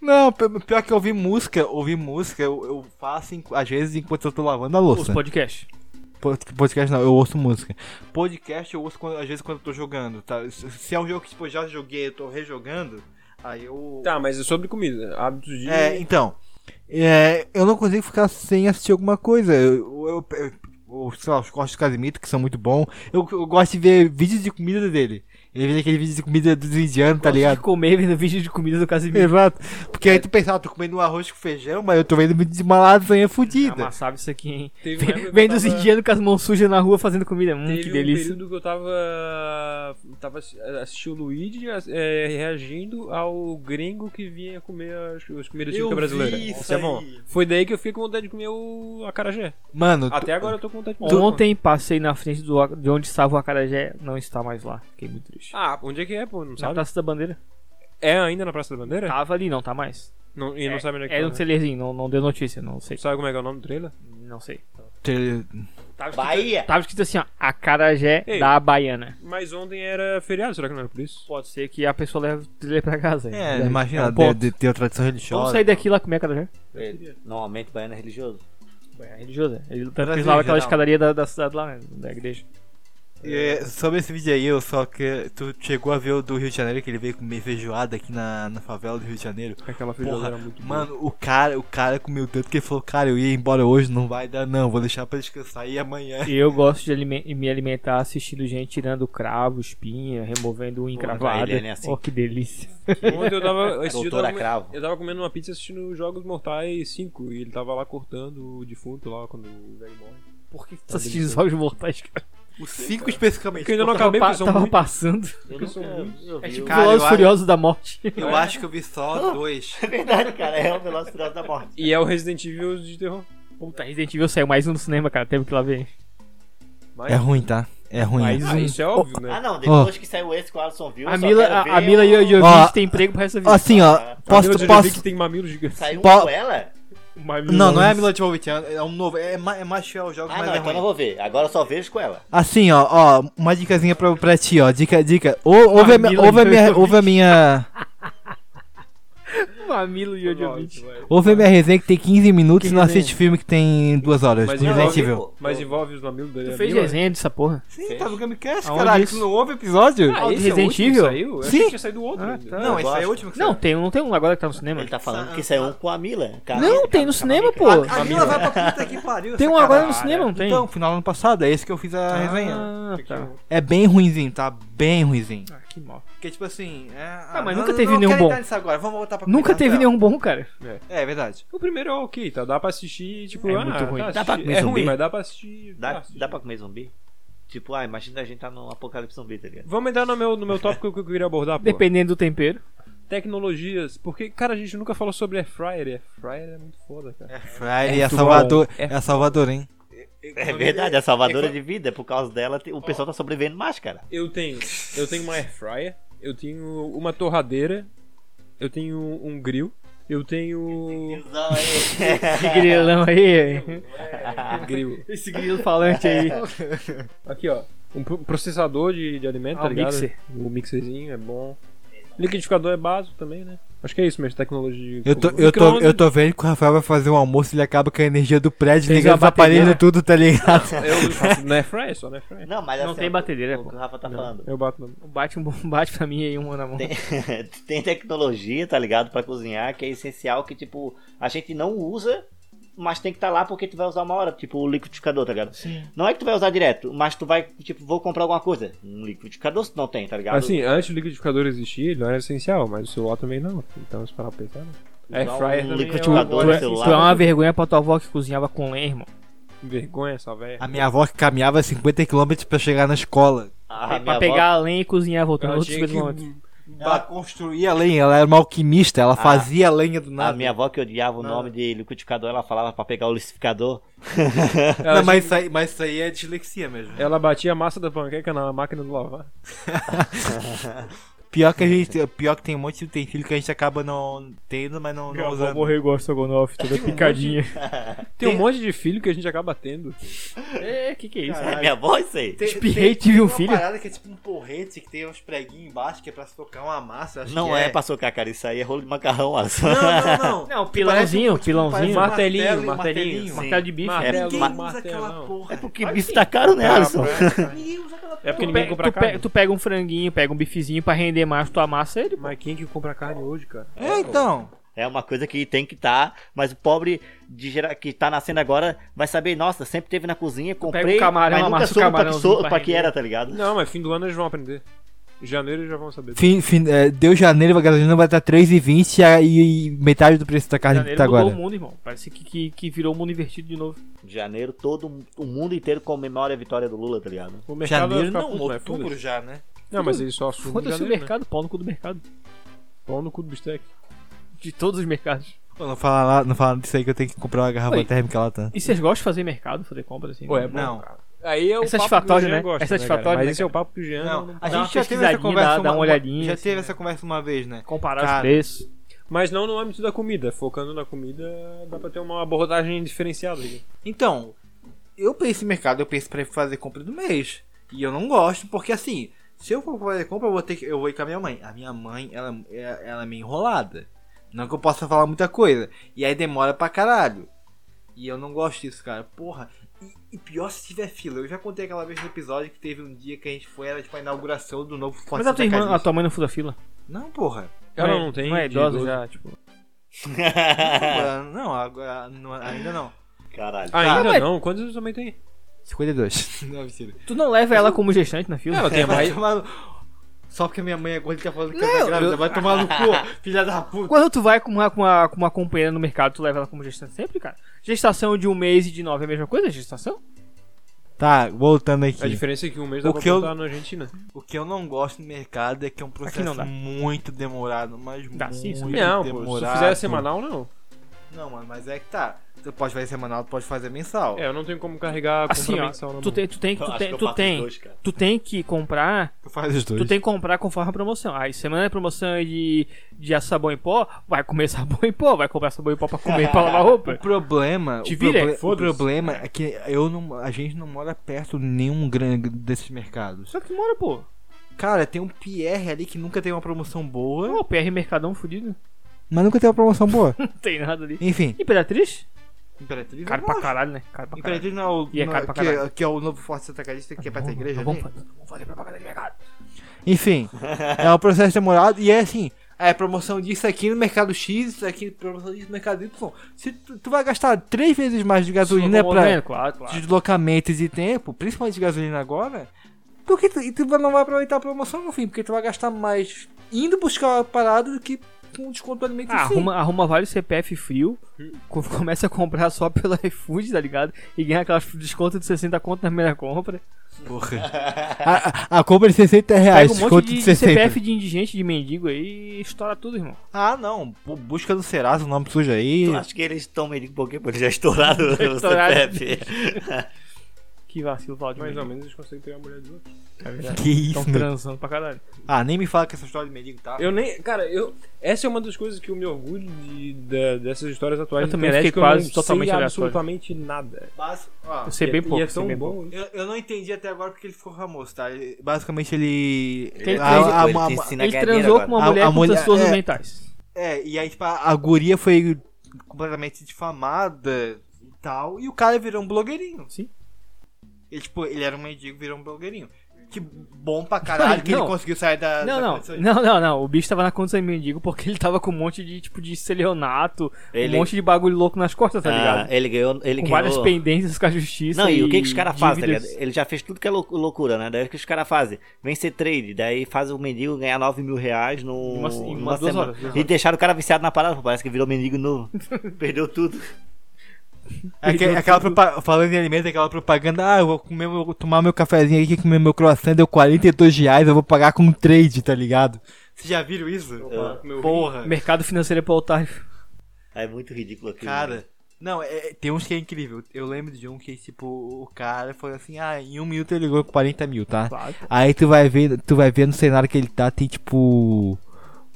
Speaker 5: Não, pi- pior que ouvir música, ouvir música, eu, eu faço em- às vezes enquanto eu tô lavando a
Speaker 3: Os
Speaker 5: louça.
Speaker 3: podcasts.
Speaker 5: Pod- Podcast não, eu ouço música. Podcast eu ouço quando- às vezes quando eu tô jogando, tá? Se se é um jogo que tipo, eu já joguei, eu tô rejogando, aí eu.
Speaker 2: Tá, mas é sobre comida, hábitos de...
Speaker 5: É, então. é, eu não consigo ficar sem assistir alguma coisa. Eu, eu, eu- eu- sei lá, os cortes do Casimiro, que são muito bons. Eu, eu gosto de ver vídeos de comida dele. Ele vê aquele vídeo de comida dos indianos, tá
Speaker 3: De
Speaker 5: ligado?
Speaker 3: comer vendo vídeo É. de comida do Casemiro.
Speaker 5: Exato. Porque aí tu pensava, tô comendo um arroz com feijão, mas eu tô vendo vídeo de uma lasanha fudida.
Speaker 3: Amassava isso aqui, hein?
Speaker 2: Teve uma época que eu
Speaker 3: Vem dos
Speaker 2: tava-
Speaker 3: indianos com as mãos sujas na rua fazendo comida. Hum,
Speaker 2: tá Teve
Speaker 3: que
Speaker 2: um
Speaker 3: delícia.
Speaker 2: período que eu tava. tava assi- assistindo o Luigi é, reagindo ao gringo que vinha comer as, as comidas típicas brasileiras. Isso é bom. Foi daí que eu fiquei com vontade de comer o acarajé.
Speaker 5: Mano, tu-
Speaker 2: Até agora eu tô com vontade de comer.
Speaker 3: Ontem passei na frente do, a- de onde estava o acarajé, não está mais lá. Fiquei muito triste.
Speaker 2: Ah, onde é que é, pô? Não
Speaker 3: Na
Speaker 2: sabe?
Speaker 3: Praça da Bandeira?
Speaker 2: É ainda na Praça da Bandeira?
Speaker 3: Tava ali, não tá mais.
Speaker 2: Não, e não sabe onde é que
Speaker 3: Era
Speaker 2: tá,
Speaker 3: um
Speaker 2: né?
Speaker 3: trailerzinho, não, não deu notícia, não sei.
Speaker 2: Sabe como é que é o nome do trailer?
Speaker 3: Não sei.
Speaker 5: te-
Speaker 1: Bahia.
Speaker 3: Tava escrito assim, ó, acarajé
Speaker 2: Ei.
Speaker 3: da Baiana.
Speaker 2: Mas ontem era feriado, será que não era por isso?
Speaker 3: Pode ser que a pessoa leve o trailer pra casa. hein?
Speaker 5: É,
Speaker 3: Deve-
Speaker 5: imagina,
Speaker 3: é um
Speaker 5: de,
Speaker 3: ponto.
Speaker 5: de ter uma tradição
Speaker 3: Vamos
Speaker 5: religiosa.
Speaker 3: sair daqui lá comer acarajé?
Speaker 1: Normalmente baiano é religioso.
Speaker 3: É religioso, é. Ele tanto que
Speaker 5: Brasil,
Speaker 3: eles lavam aquela
Speaker 5: geral.
Speaker 3: escadaria da, da cidade lá, né? Da igreja.
Speaker 5: É, sobre esse vídeo aí, eu só que. Tu chegou a ver o do Rio de Janeiro, que ele veio comer feijoada aqui na, na favela do Rio de Janeiro.
Speaker 2: Aquela feijoada
Speaker 5: Porra,
Speaker 2: era muito boa.
Speaker 5: mano, o cara, o cara comeu tanto que ele falou, cara, eu ia embora hoje, não vai dar não, vou deixar pra descansar e amanhã.
Speaker 3: E eu gosto de alime- me alimentar assistindo gente tirando cravo, espinha, removendo encravada.
Speaker 1: ele é assim.
Speaker 3: Oh, que delícia.
Speaker 2: Ontem eu tava. Esse dia eu tava,
Speaker 1: Doutora
Speaker 2: comendo-
Speaker 1: Cravo.
Speaker 2: Eu tava comendo uma pizza assistindo os Jogos Mortais 5 e ele tava lá cortando o defunto lá quando o velho morre.
Speaker 3: Por que tu tá assistindo os Jogos Mortais, cara?
Speaker 5: Os cinco especificamente.
Speaker 2: Porque eu ainda não acabei,
Speaker 3: Pa
Speaker 2: porque são
Speaker 3: tava
Speaker 2: muito...
Speaker 3: passando.
Speaker 1: Eu
Speaker 2: Porque são muitos.
Speaker 1: eu vi
Speaker 3: É tipo
Speaker 1: o-
Speaker 5: Cara, eu
Speaker 3: Velozes
Speaker 5: acho-
Speaker 3: Furiosos da Morte.
Speaker 5: Eu acho que eu vi só dois.
Speaker 1: É verdade, cara. É o Velociraptor da Morte.
Speaker 2: E é o Resident Evil de terror.
Speaker 3: Puta, Resident Evil saiu mais um no cinema, cara. Teve que lá ver.
Speaker 5: É ruim, tá? É ruim.
Speaker 3: Mas-
Speaker 2: Ah, isso é óbvio,
Speaker 1: Ah,
Speaker 2: né?
Speaker 1: não. Depois que saiu esse com o Alisson Viu,
Speaker 3: A Mila, a, a Mila e o
Speaker 5: Ó,
Speaker 3: Jovich tem emprego pra essa vida.
Speaker 5: Assim, ó, posso,
Speaker 2: Eu já vi
Speaker 5: posso...
Speaker 2: que tem mamilos gigantes.
Speaker 1: Saiu um
Speaker 5: Po-
Speaker 1: com ela?
Speaker 5: Não, não é a Mila Jovovich, é é um novo, é, ma- é mais fiel aos jogos,
Speaker 1: Ah,
Speaker 5: mas
Speaker 1: não.
Speaker 5: é
Speaker 1: Então eu
Speaker 5: ruim.
Speaker 1: não vou ver. Agora eu só vejo com ela.
Speaker 5: Assim, ó, ó, uma dicasinha pra, pra ti, ó, dica, dica. Ou- Ouve a, minha-
Speaker 3: Mila
Speaker 5: ouve a minha,
Speaker 3: Jovovich.
Speaker 5: ouve a minha,
Speaker 3: A Mila e o Jovich.
Speaker 5: ouve a minha resenha que tem 15 minutos e não
Speaker 3: 15
Speaker 5: assiste filme que tem duas horas,
Speaker 2: Mas
Speaker 5: do
Speaker 2: não,
Speaker 5: Resident
Speaker 2: eu-
Speaker 5: Evil.
Speaker 2: Mas envolve os mamilos dele.
Speaker 3: Tu
Speaker 2: a
Speaker 3: fez
Speaker 2: Mila?
Speaker 3: resenha dessa porra?
Speaker 5: Sim, tá no Gamecast,
Speaker 3: Aonde
Speaker 5: caralho,
Speaker 3: isso?
Speaker 5: tu não ouve episódio?
Speaker 2: Ah,
Speaker 3: Ah,
Speaker 2: esse
Speaker 3: do
Speaker 2: é o último
Speaker 3: Resident
Speaker 2: que
Speaker 3: Evil? Ah, tá.
Speaker 2: saiu? Eu achei
Speaker 5: Sim.
Speaker 2: que tinha saído outro. ainda.
Speaker 5: Não, esse aí é
Speaker 1: gosto.
Speaker 5: o último que
Speaker 3: Não,
Speaker 5: saiu.
Speaker 3: tem, não tem um agora que tá no cinema?
Speaker 1: Ele tá falando que saiu um com a Mila. Cara,
Speaker 3: Não,
Speaker 1: ele
Speaker 3: tem
Speaker 1: tá-
Speaker 3: no
Speaker 1: tá
Speaker 3: cinema,
Speaker 1: maluco.
Speaker 3: pô.
Speaker 5: A Mila vai pra puta que pariu.
Speaker 3: Tem um
Speaker 5: essa
Speaker 3: agora
Speaker 5: caralho.
Speaker 3: no cinema, não tem?
Speaker 5: Então, final do ano passado, é esse que eu fiz a resenha.
Speaker 3: Ah, tá.
Speaker 5: É bem ruinzinho, tá? Bem ruinzinho.
Speaker 3: Ah, que mal.
Speaker 5: Porque, tipo assim. É...
Speaker 3: Ah, mas
Speaker 5: não-
Speaker 3: nunca teve
Speaker 5: não
Speaker 3: nenhum
Speaker 5: quero
Speaker 3: bom.
Speaker 5: entrar nisso agora, vamos voltar pra
Speaker 3: Nunca
Speaker 5: comida,
Speaker 3: teve
Speaker 5: tá?
Speaker 3: nenhum bom, cara.
Speaker 5: É, é verdade.
Speaker 2: O primeiro é ok, tá? Dá pra assistir, tipo,
Speaker 3: É
Speaker 2: ah,
Speaker 3: muito ruim.
Speaker 2: Tá
Speaker 1: Dá pra
Speaker 2: assisti-
Speaker 1: comer
Speaker 2: É
Speaker 1: zumbi?
Speaker 2: ruim, mas dá pra assistir.
Speaker 1: Dá,
Speaker 2: assistir.
Speaker 1: dá pra comer zumbi? Tipo, ah, imagina a gente tá no apocalipse zumbi, tá ligado?
Speaker 2: Vamos entrar no meu, no meu tópico que eu queria abordar, pô.
Speaker 3: Dependendo do tempero.
Speaker 2: Tecnologias. Porque, cara, a gente nunca falou sobre Air Fryer. Air Fryer é muito foda, cara.
Speaker 5: Friday é,
Speaker 3: É
Speaker 5: Salvador.
Speaker 2: bom.
Speaker 5: É, Salvador, hein?
Speaker 1: É verdade, é salvadora de vida. Por causa dela, te- o pessoal tá sobrevivendo mais, cara.
Speaker 2: Eu tenho, eu tenho uma air fryer, eu tenho uma torradeira, eu tenho um grill, eu tenho
Speaker 3: Esse grilão aí.
Speaker 2: um
Speaker 3: É,
Speaker 2: grill.
Speaker 3: Esse grilo falante aí.
Speaker 2: Aqui, ó, um pro- processador de, de alimento,
Speaker 3: Ah,
Speaker 2: tá
Speaker 3: o
Speaker 2: ligado?
Speaker 3: mixer.
Speaker 2: O mixerzinho é bom. Liquidificador é básico também, né? Acho que é isso mesmo, tecnologia.
Speaker 5: Eu tô,
Speaker 2: Como-
Speaker 5: eu, tô,
Speaker 2: micro-ondas.
Speaker 5: eu tô vendo que o Rafael vai fazer um almoço e ele acaba com a energia do prédio,
Speaker 3: Tem
Speaker 5: ligando os
Speaker 3: a bateria,
Speaker 5: aparelhos
Speaker 3: né?
Speaker 5: tudo, tá ligado?
Speaker 2: <laughs> Eu faço na airfryer, só na
Speaker 1: <laughs>
Speaker 2: airfryer.
Speaker 1: Não, mas
Speaker 3: Não
Speaker 1: assim,
Speaker 3: tem
Speaker 1: ó,
Speaker 3: batedeira,
Speaker 1: O
Speaker 3: pô.
Speaker 1: que o Rafa tá falando.
Speaker 2: Eu bato na...
Speaker 3: Bate, um, <laughs> bate pra mim aí uma na mão.
Speaker 1: Tem, <laughs> tem tecnologia, tá ligado? Pra cozinhar, que é essencial, que tipo, a gente não usa, mas tem que estar tá lá porque tu vai usar uma hora, tipo o liquidificador, tá ligado? Não é que tu vai usar direto, mas tu vai, tipo, vou comprar alguma coisa. Um liquidificador se não tem, tá ligado?
Speaker 2: Assim, antes do liquidificador existir, ele não era essencial, mas o celular também não. Então, se parar pra pensar, não.
Speaker 1: Usar
Speaker 2: Airfryer
Speaker 1: um
Speaker 2: também é
Speaker 1: liquidificador
Speaker 2: um-
Speaker 1: no
Speaker 2: é-
Speaker 1: celular.
Speaker 3: Tu é uma vergonha pra tua avó que cozinhava com lenha, irmão.
Speaker 2: Vergonha essa velha.
Speaker 5: A minha avó que caminhava 50 km pra chegar na escola.
Speaker 1: Ah, minha
Speaker 3: pra
Speaker 1: avó-
Speaker 3: pegar a lenha e cozinhar voltando
Speaker 2: Ela
Speaker 3: outros 50
Speaker 2: tinha que <laughs>
Speaker 3: quilômetros.
Speaker 5: Ela construía lenha, ela era uma alquimista, ela fazia lenha do
Speaker 1: A
Speaker 5: nada.
Speaker 1: minha avó que odiava o nome de liquidificador, ela falava pra pegar o liquidificador.
Speaker 2: Ela,
Speaker 5: Não, mas, isso aí, mas isso aí é dislexia mesmo.
Speaker 2: ela batia a massa da panqueca na máquina de lavar.
Speaker 5: Pior <laughs> que a gente. Pior que tem um monte de utensílio que a gente acaba não tendo, mas não, não usando.
Speaker 3: morrer igual a Sogonoff,
Speaker 2: <laughs>
Speaker 3: toda picadinha.
Speaker 2: Tem um monte de filho que a gente acaba tendo.
Speaker 3: <laughs> é, que que é isso?
Speaker 1: É minha avó isso aí?
Speaker 5: Tem-
Speaker 3: Espirrei,
Speaker 5: tem-
Speaker 3: tive um
Speaker 5: tem uma
Speaker 3: filho.
Speaker 5: parada que é tipo um porrete que tem uns preguinhos embaixo que é pra socar uma massa. eu Acho
Speaker 1: Não
Speaker 5: que
Speaker 1: é, passou cá, cara. Isso aí é rolo de macarrão, <laughs> ó.
Speaker 5: Não, não, não.
Speaker 3: Não,
Speaker 5: Parece
Speaker 6: tipo
Speaker 3: pilãozinho,
Speaker 5: parece
Speaker 3: pilãozinho.
Speaker 5: um
Speaker 3: Martelo,
Speaker 2: Martelinho,
Speaker 5: martelo, um
Speaker 2: martelinho.
Speaker 1: Sim.
Speaker 3: martelo de bife.
Speaker 1: É,
Speaker 2: Martelo,
Speaker 1: ninguém
Speaker 5: Ninguém usa aquela
Speaker 2: martelão.
Speaker 5: porra.
Speaker 1: Porque bife tá caro,
Speaker 5: É,
Speaker 1: né, Alisson?
Speaker 5: Ninguém usa
Speaker 2: <laughs>
Speaker 5: aquela porra.
Speaker 2: É porque
Speaker 3: Tu,
Speaker 2: ninguém
Speaker 3: pe-
Speaker 2: compra
Speaker 3: tu,
Speaker 2: carne.
Speaker 3: pe- tu pega um franguinho, pega um bifezinho pra render mais tua massa ele.
Speaker 2: Mas quem é que compra carne hoje, cara?
Speaker 5: <laughs> É, então.
Speaker 1: É uma coisa que tem que estar, mas o pobre de gera- que tá nascendo agora vai saber, nossa, sempre teve na cozinha, comprei,
Speaker 3: um camarão,
Speaker 1: mas nunca soube pra
Speaker 3: amassa o
Speaker 1: que,
Speaker 3: camarãozinho
Speaker 1: sou-
Speaker 3: pra
Speaker 1: pra que
Speaker 3: render.
Speaker 1: era, tá ligado?
Speaker 2: Não, mas fim do ano eles vão aprender. Em janeiro eles já vão saber.
Speaker 5: Fim, fim, é, deu janeiro, a gasolina vai estar 3,20 e, a- e metade do preço da carne que
Speaker 3: Janeiro
Speaker 5: tá
Speaker 3: mudou
Speaker 5: agora.
Speaker 3: o mundo, irmão. Parece que, que, que virou o mundo invertido de novo.
Speaker 1: De janeiro, todo o mundo inteiro comemora a vitória do Lula, tá ligado?
Speaker 2: O mercado vai ficar puto, mas foda-se.
Speaker 5: já, né?
Speaker 2: Não, mas eles só assumem em
Speaker 3: Foda-se o
Speaker 2: janeiro, né?
Speaker 3: mercado, pau no cu do mercado.
Speaker 2: Pão no cu do bistec.
Speaker 3: De todos os mercados.
Speaker 5: Pô, não fala lá, não fala disso aí que eu tenho que comprar uma garrafa
Speaker 3: Oi.
Speaker 5: térmica lá, tá?
Speaker 3: E vocês gostam de fazer mercado, fazer compras assim?
Speaker 2: Ué, é bom,
Speaker 5: Não.
Speaker 2: cara. Aí é o
Speaker 3: É
Speaker 2: papo que
Speaker 3: satisfatório,
Speaker 2: o Jean
Speaker 3: né?
Speaker 2: gosta,
Speaker 3: É satisfatório,
Speaker 2: né, cara? Mas
Speaker 3: né,
Speaker 2: esse é o
Speaker 3: cara?
Speaker 2: papo que o Jean... não-
Speaker 5: a
Speaker 3: dá uma pesquisadinha, dá- dá uma olhadinha,
Speaker 5: Já
Speaker 3: assim,
Speaker 5: teve
Speaker 3: né?
Speaker 5: essa conversa uma vez, né?
Speaker 3: Comparar
Speaker 5: Cara.
Speaker 3: os preços.
Speaker 2: Mas não no âmbito da comida. Focando na comida, dá pra ter uma abordagem diferenciada. aqui.
Speaker 5: Então, eu penso em mercado, eu penso pra fazer compra do mês. E eu não gosto, porque assim, se eu for fazer compra, eu vou ter que, eu vou ir com a minha mãe. A minha mãe, ela, é- ela é meio enrolada. Não que eu possa falar muita coisa. E aí demora pra caralho. E eu não gosto disso, cara. Porra. E, e pior se tiver fila. Eu já contei aquela vez no episódio que teve um dia que a gente foi, era tipo a inauguração do novo Forte
Speaker 3: Mas a tua, irmã,
Speaker 5: Atacadista.
Speaker 3: a tua mãe não fura fila?
Speaker 5: Não, porra.
Speaker 2: Ela
Speaker 3: é-
Speaker 2: não tem
Speaker 3: Não é
Speaker 2: de
Speaker 3: idosa
Speaker 2: idoso.
Speaker 3: já, tipo.
Speaker 5: Porra, não, agora, não, ainda não.
Speaker 1: Caralho.
Speaker 2: Ah, Ainda
Speaker 3: mas-
Speaker 2: não. Quantos anos também tem?
Speaker 5: 52. não, mentira.
Speaker 3: Tu não leva ela como gestante na fila?
Speaker 2: É, Ela tem mais...
Speaker 3: tipo
Speaker 5: Tomar no- É Só porque minha mãe é gorda e tá falando que
Speaker 3: Não,
Speaker 5: ela tá grávida.
Speaker 3: eu-
Speaker 5: Vai tomar no cu, <laughs> filha da puta.
Speaker 3: Quando tu vai com uma, com, uma, com uma companheira no mercado, tu leva ela como gestante sempre, cara? Gestação de um mês e de nove é a mesma coisa? Gestação?
Speaker 5: Tá, voltando
Speaker 3: assim,
Speaker 2: A
Speaker 5: aqui.
Speaker 2: diferença é que um mês
Speaker 5: O
Speaker 2: dá pra
Speaker 5: que eu-
Speaker 2: botar na Argentina.
Speaker 5: O que eu não gosto no mercado é que é um
Speaker 3: Aqui
Speaker 5: processo
Speaker 3: não dá.
Speaker 5: muito demorado, mas
Speaker 3: Dá
Speaker 5: muito
Speaker 3: sim, isso
Speaker 2: Não, pô, se
Speaker 5: demorado.
Speaker 2: tu fizer semanal, não.
Speaker 5: Não, mano, mas é que tá. Tu pode fazer semanal, tu pode fazer mensal.
Speaker 2: É, eu não tenho como carregar a
Speaker 3: Assim,
Speaker 2: compra
Speaker 3: ó.
Speaker 2: mensal na
Speaker 3: Tu
Speaker 2: mão.
Speaker 3: tem, tu tem,
Speaker 1: Eu
Speaker 3: tu
Speaker 1: acho que
Speaker 3: tem,
Speaker 1: eu
Speaker 3: tu
Speaker 1: faço os
Speaker 3: tem,
Speaker 1: dois, cara.
Speaker 3: tu tem que comprar
Speaker 5: Tu faz os dois.
Speaker 3: Tu tem que comprar conforme a promoção. Aí semana de promoção é de, de sabão em pó, vai comer <laughs> sabão em pó, vai comprar sabão em pó pra comer e pra lavar
Speaker 5: O
Speaker 3: roupa.
Speaker 5: problema,
Speaker 3: Te
Speaker 5: o,
Speaker 3: vira,
Speaker 5: proble- o
Speaker 3: foda-se.
Speaker 5: problema é que eu não, a gente não mora perto de nenhum grande desses mercados.
Speaker 3: Só que mora, pô.
Speaker 5: Cara, tem um PR ali que nunca tem uma promoção boa,
Speaker 3: O PR Mercadão fudido.
Speaker 5: mas nunca tem uma
Speaker 3: <laughs>
Speaker 5: promoção boa.
Speaker 3: Não tem nada ali.
Speaker 5: Enfim.
Speaker 3: Imperatriz?
Speaker 5: Imperatriz,
Speaker 3: Caro pra caralho, né? Caro pra caralho.
Speaker 5: Imperatriz não é o,
Speaker 3: E é
Speaker 5: não-
Speaker 3: caro pra
Speaker 5: que,
Speaker 3: caralho.
Speaker 5: que é o novo forte atacadista que é perto da igreja,
Speaker 3: Não vamos
Speaker 5: né?
Speaker 3: fazer, não vamos fazer propaganda de mercado.
Speaker 5: <laughs> Enfim, é um processo demorado e é assim, é promoção disso aqui no mercado X, isso aqui promoção disso no mercado Y. Se tu, tu vai gastar três vezes mais de
Speaker 2: é
Speaker 5: gasolina pra
Speaker 3: Locomovendo, Claro, claro.
Speaker 5: deslocamentos e tempo, principalmente de gasolina agora, porque tu, e tu não vai aproveitar a promoção no fim, porque tu vai gastar mais indo buscar a parada do que com desconto do alimento
Speaker 3: Ah,
Speaker 5: em si.
Speaker 3: arruma, arruma vários CPF frio, co- <laughs> começa a comprar só pela iFood, tá ligado? E ganha aquelas desconto de 60 conto na primeira compra.
Speaker 5: A, a- a Ah, compra de 60
Speaker 2: É,
Speaker 5: reais,
Speaker 3: Pega um monte
Speaker 5: desconto
Speaker 3: de,
Speaker 5: de
Speaker 3: de
Speaker 5: 60.
Speaker 3: CPF de indigente, de mendigo aí e estoura tudo, irmão.
Speaker 5: Ah, não, bu- busca do Serasa, o nome sujo aí.
Speaker 1: Eu acho que eles estão medindo porque eles já estouraram né, o
Speaker 3: <laughs> Estouraram.
Speaker 1: CPF.
Speaker 3: Que vacilo, Valdir.
Speaker 2: Mais ou menos eles conseguem pegar a mulher dos outros.
Speaker 5: Que
Speaker 3: Estão
Speaker 5: isso, meu
Speaker 3: transando pra caralho.
Speaker 5: então Ah, nem me fala que essa história de mendigo tá.
Speaker 2: Eu nem. Cara, eu. Essa é uma das coisas que eu me orgulho de, da- dessas histórias atuais.
Speaker 3: Eu
Speaker 2: da
Speaker 3: também
Speaker 2: internet,
Speaker 3: fiquei
Speaker 2: que eu não
Speaker 3: quase
Speaker 2: sei
Speaker 3: totalmente aleatório.
Speaker 2: absolutamente nada.
Speaker 5: Bas- ó,
Speaker 3: Eu sei
Speaker 2: E-
Speaker 3: bem pouco.
Speaker 2: E é
Speaker 3: sei
Speaker 2: tão
Speaker 3: bem pouco.
Speaker 2: bom.
Speaker 5: eu, eu não entendi até agora porque ele ficou famoso, tá? Ele- basicamente ele.
Speaker 3: Ele
Speaker 5: a, a, a,
Speaker 1: Ele
Speaker 5: a-
Speaker 1: ah, ensina a
Speaker 3: Ele
Speaker 1: cadeira
Speaker 3: transou
Speaker 1: agora.
Speaker 3: com uma
Speaker 5: A-
Speaker 3: mulher
Speaker 5: a
Speaker 3: com
Speaker 5: mulher-
Speaker 3: transtornos
Speaker 5: é.
Speaker 3: mentais.
Speaker 5: É, e aí, tipo, a guria foi completamente difamada e tal, e o cara virou um blogueirinho.
Speaker 3: Sim.
Speaker 5: Ele, tipo, ele era um mendigo, virou um blogueirinho. Que bom pra
Speaker 3: <laughs>
Speaker 5: caralho que ele
Speaker 3: Não.
Speaker 5: conseguiu sair da.
Speaker 3: Não,
Speaker 5: da
Speaker 3: não,
Speaker 5: condição de-
Speaker 3: não, não, não. O bicho tava na condição de mendigo porque ele tava com um monte de, tipo, de celionato,
Speaker 1: Ele-
Speaker 3: um monte de bagulho louco nas costas, tá
Speaker 1: Ah,
Speaker 3: ligado?
Speaker 1: ele ganhou. Ele ganhou...
Speaker 3: com várias pendências com a justiça.
Speaker 1: Não, e o que, que os caras fazem, tá
Speaker 3: dívidas.
Speaker 1: ligado? Ele já fez tudo que é lou- loucura, né? Daí o que os caras fazem? Vem ser trade, daí faz o mendigo ganhar 9 mil reais no,
Speaker 3: Em uma- em uma-
Speaker 1: numa
Speaker 3: duas
Speaker 1: semana.
Speaker 3: horas, duas
Speaker 1: E deixaram o cara viciado na parada, pô, parece que virou mendigo <laughs> novo. Perdeu tudo.
Speaker 5: Aque-
Speaker 3: Ele-
Speaker 5: É aquela propa- Falando em alimento, aquela propaganda, ah, eu vou comer meu- vou tomar meu cafezinho aqui, comer meu croissant, deu 42 reais, eu vou pagar com trade, tá ligado? Vocês já viram isso? É. Porra.
Speaker 3: Mercado financeiro é pra otário.
Speaker 1: É muito ridículo aquilo. né?
Speaker 5: Cara, não, é- é- tem uns que é incrível. Eu lembro de um que, tipo, o cara falou assim, ah, em um minuto ele ligou com 40 mil, tá?
Speaker 3: Claro.
Speaker 5: Aí tu vai ver, tu vai ver no cenário que ele tá, tem tipo.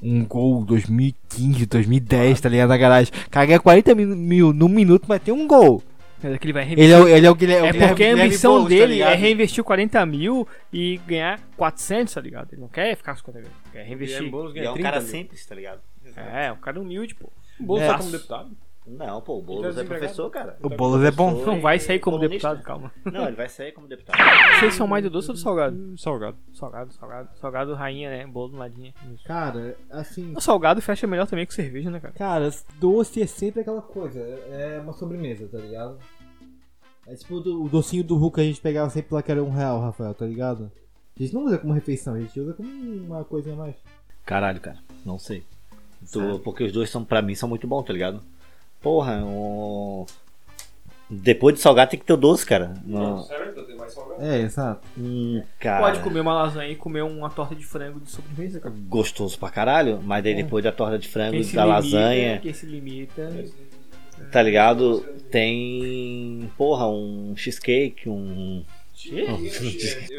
Speaker 5: Um gol 2015, 2010, tá ligado? Na garagem. Caguei 40 mil, mil num minuto, mas tem um gol.
Speaker 3: É que ele vai reinvestir.
Speaker 5: Ele é, o- ele é o Guilher- o
Speaker 3: É
Speaker 5: Guilherme.
Speaker 3: porque a
Speaker 5: Guilherme
Speaker 3: ambição
Speaker 5: Boulos, tá
Speaker 3: dele é
Speaker 5: ligado?
Speaker 3: reinvestir 40 mil e ganhar 400, tá ligado? Ele não quer ficar com 40 mil, quer reinvestir.
Speaker 1: E é um cara simples, tá ligado?
Speaker 3: É, é um cara humilde, pô.
Speaker 2: O Bolsonaro
Speaker 3: É.
Speaker 2: como deputado. tá
Speaker 1: Não, pô, o Boulos é
Speaker 2: desempregado.
Speaker 1: professor, cara.
Speaker 5: O Boulos é bom.
Speaker 1: Professor
Speaker 3: Não
Speaker 1: e-
Speaker 3: vai
Speaker 1: e
Speaker 3: sair como
Speaker 1: colunista.
Speaker 3: deputado, calma.
Speaker 1: Não, ele vai sair como deputado.
Speaker 3: Vocês são mais do doce ou do salgado?
Speaker 2: Hum, Salgado.
Speaker 3: Salgado, salgado. Salgado, rainha, né? Bolo do ladinho. Isso.
Speaker 6: Cara, assim.
Speaker 3: O salgado fecha melhor também que cerveja, né, cara?
Speaker 6: Cara, doce é sempre aquela coisa. É uma sobremesa, tá ligado? É tipo o do- o docinho do Hulk que a gente pegava sempre lá que era um real, Rafael, tá ligado? A gente não usa como refeição, a gente usa como uma coisinha a mais.
Speaker 1: Caralho, cara, não sei. Tô- porque os dois são, pra mim, são muito bons, tá ligado? Porra, o. Depois de salgar tem que ter o doce, cara. Não-
Speaker 2: Então
Speaker 6: É, exato.
Speaker 1: Hum, cara.
Speaker 3: Pode comer uma lasanha e comer uma torta de frango de sobremesa, cara.
Speaker 1: gostoso pra caralho, mas
Speaker 3: É.
Speaker 1: daí depois da torta de frango,
Speaker 3: Quem se
Speaker 1: da
Speaker 3: limita,
Speaker 1: lasanha,
Speaker 3: Quem se limita.
Speaker 1: tá ligado? Tem, porra, um cheesecake, um.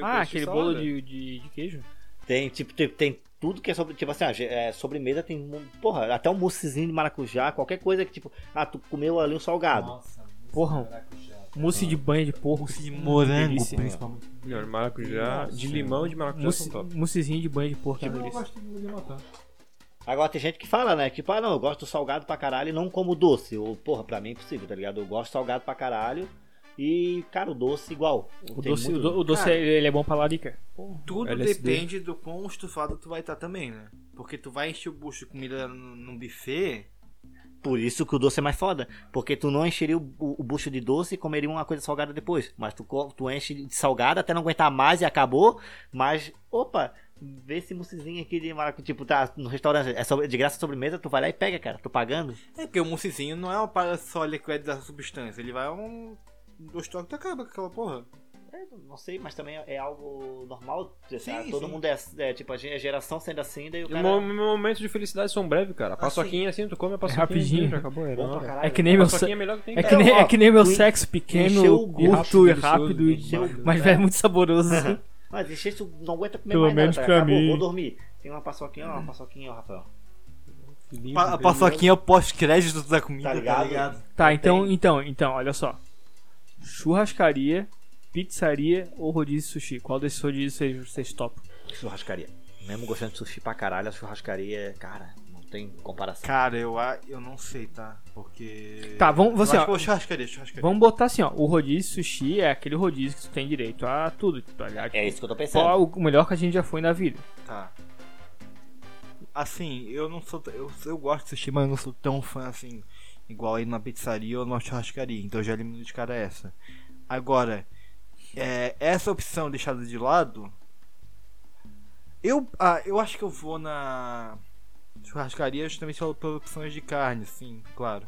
Speaker 3: Ah, aquele bolo de, de, de queijo?
Speaker 1: Tem, tipo, tem, tem tudo que é sobre. Tipo assim, ah, ge- é, sobremesa tem. mu- Porra, até um moussezinho de maracujá, qualquer coisa que, tipo, ah, tu comeu ali um salgado.
Speaker 3: Porra. Mousse de banha de porco. Mousse de
Speaker 5: morango,
Speaker 3: principalmente.
Speaker 2: Melhor, maracujá. De limão e de maracujá
Speaker 3: Mousse,
Speaker 2: são top.
Speaker 3: moussezinho de banha de porco. é delícia.
Speaker 1: Agora tem gente que fala, né? Tipo, ah, não, eu gosto do salgado pra caralho e não como doce. Ou, porra, pra mim é impossível, tá ligado? Eu gosto do salgado pra caralho e, cara, o doce igual.
Speaker 3: O
Speaker 1: Tem
Speaker 3: doce,
Speaker 1: muito-
Speaker 3: o do- o doce
Speaker 5: Cara.
Speaker 3: ele ele é bom pra larica.
Speaker 5: Tudo
Speaker 2: LSD.
Speaker 5: depende do quão estufado tu vai estar também, né? Porque tu vai encher o bucho de comida num num buffet.
Speaker 1: Por isso que o doce é mais foda. Porque tu não encheria o, o- o bucho de doce e comeria uma coisa salgada depois. Mas tu, co- tu enche de salgada até não aguentar mais e acabou. Mas, opa, vê esse moussezinho aqui de maracujá. Tipo, tá no restaurante, é sobre- de graça sobremesa, tu vai lá e pega, cara. Tô pagando.
Speaker 5: É porque o moussezinho não é uma parada só liquid da substância. Ele vai a um. Dois toques e acaba com aquela porra.
Speaker 1: É, não sei, mas também é algo normal. assim, ah,
Speaker 5: Sim,
Speaker 1: todo
Speaker 5: sim.
Speaker 1: mundo é, é, tipo, a ge- a geração sendo assim, daí o
Speaker 2: E
Speaker 1: cara...
Speaker 2: mo- mo- Momentos de felicidade são breves, cara. A Paçoquinha assim, tu come a paçoquinha.
Speaker 3: rapidinho.
Speaker 2: assim, já acabou, era.
Speaker 1: Bom pra
Speaker 2: Não.
Speaker 1: caralho.
Speaker 3: É que nem meu,
Speaker 2: Paçoquinha
Speaker 3: se-
Speaker 2: é melhor que tem.
Speaker 3: é
Speaker 2: cara.
Speaker 3: que nem,
Speaker 1: ó,
Speaker 3: é que nem meu
Speaker 1: tu en-
Speaker 3: sexo
Speaker 1: encheu o
Speaker 3: pequeno,
Speaker 1: gosto
Speaker 3: curto e
Speaker 2: delicioso,
Speaker 3: rápido, e-
Speaker 1: encheu o-
Speaker 3: mas é muito <laughs> saboroso.
Speaker 1: Mas encher isso, não aguenta comer
Speaker 3: Pelo
Speaker 1: mais
Speaker 3: menos
Speaker 1: nada,
Speaker 3: pra
Speaker 1: cara. Acabou,
Speaker 3: mim.
Speaker 1: vou dormir. Tem uma paçoquinha, ó, uma paçoquinha, ó, Rafael.
Speaker 5: Pa a paçoquinha é o pós-crédito da comida,
Speaker 1: Tá ligado?
Speaker 5: Tá ligado?
Speaker 3: Tá,
Speaker 1: Eu
Speaker 3: então,
Speaker 1: tenho.
Speaker 3: então, então, olha só. Churrascaria, pizzaria ou rodízio de sushi? Qual desses rodízios vocês, vocês topam?
Speaker 1: Churrascaria. Mesmo gostando de sushi pra caralho, a churrascaria, é, cara, não tem comparação.
Speaker 5: Cara, eu, a- eu não sei, tá? Porque.
Speaker 3: Tá, vamos- você,
Speaker 5: eu
Speaker 3: ó.
Speaker 5: acho que eu churrascaria, churrascaria.
Speaker 3: Vamos botar assim, ó. O rodízio de sushi é aquele rodízio que tu tem direito a tudo. Tipo, aliás,
Speaker 1: É isso que eu tô pensando.
Speaker 3: qual o melhor que a gente já foi na vida.
Speaker 5: Tá. Assim, eu não sou. t- Eu, eu gosto de sushi, mas eu não sou tão fã assim. Igual ir numa pizzaria ou numa churrascaria. Então eu já elimino de cara essa. Agora, é, essa opção deixada de lado. Eu, ah, eu acho que eu vou na churrascaria justamente pela- pelas opções de carne, sim, claro.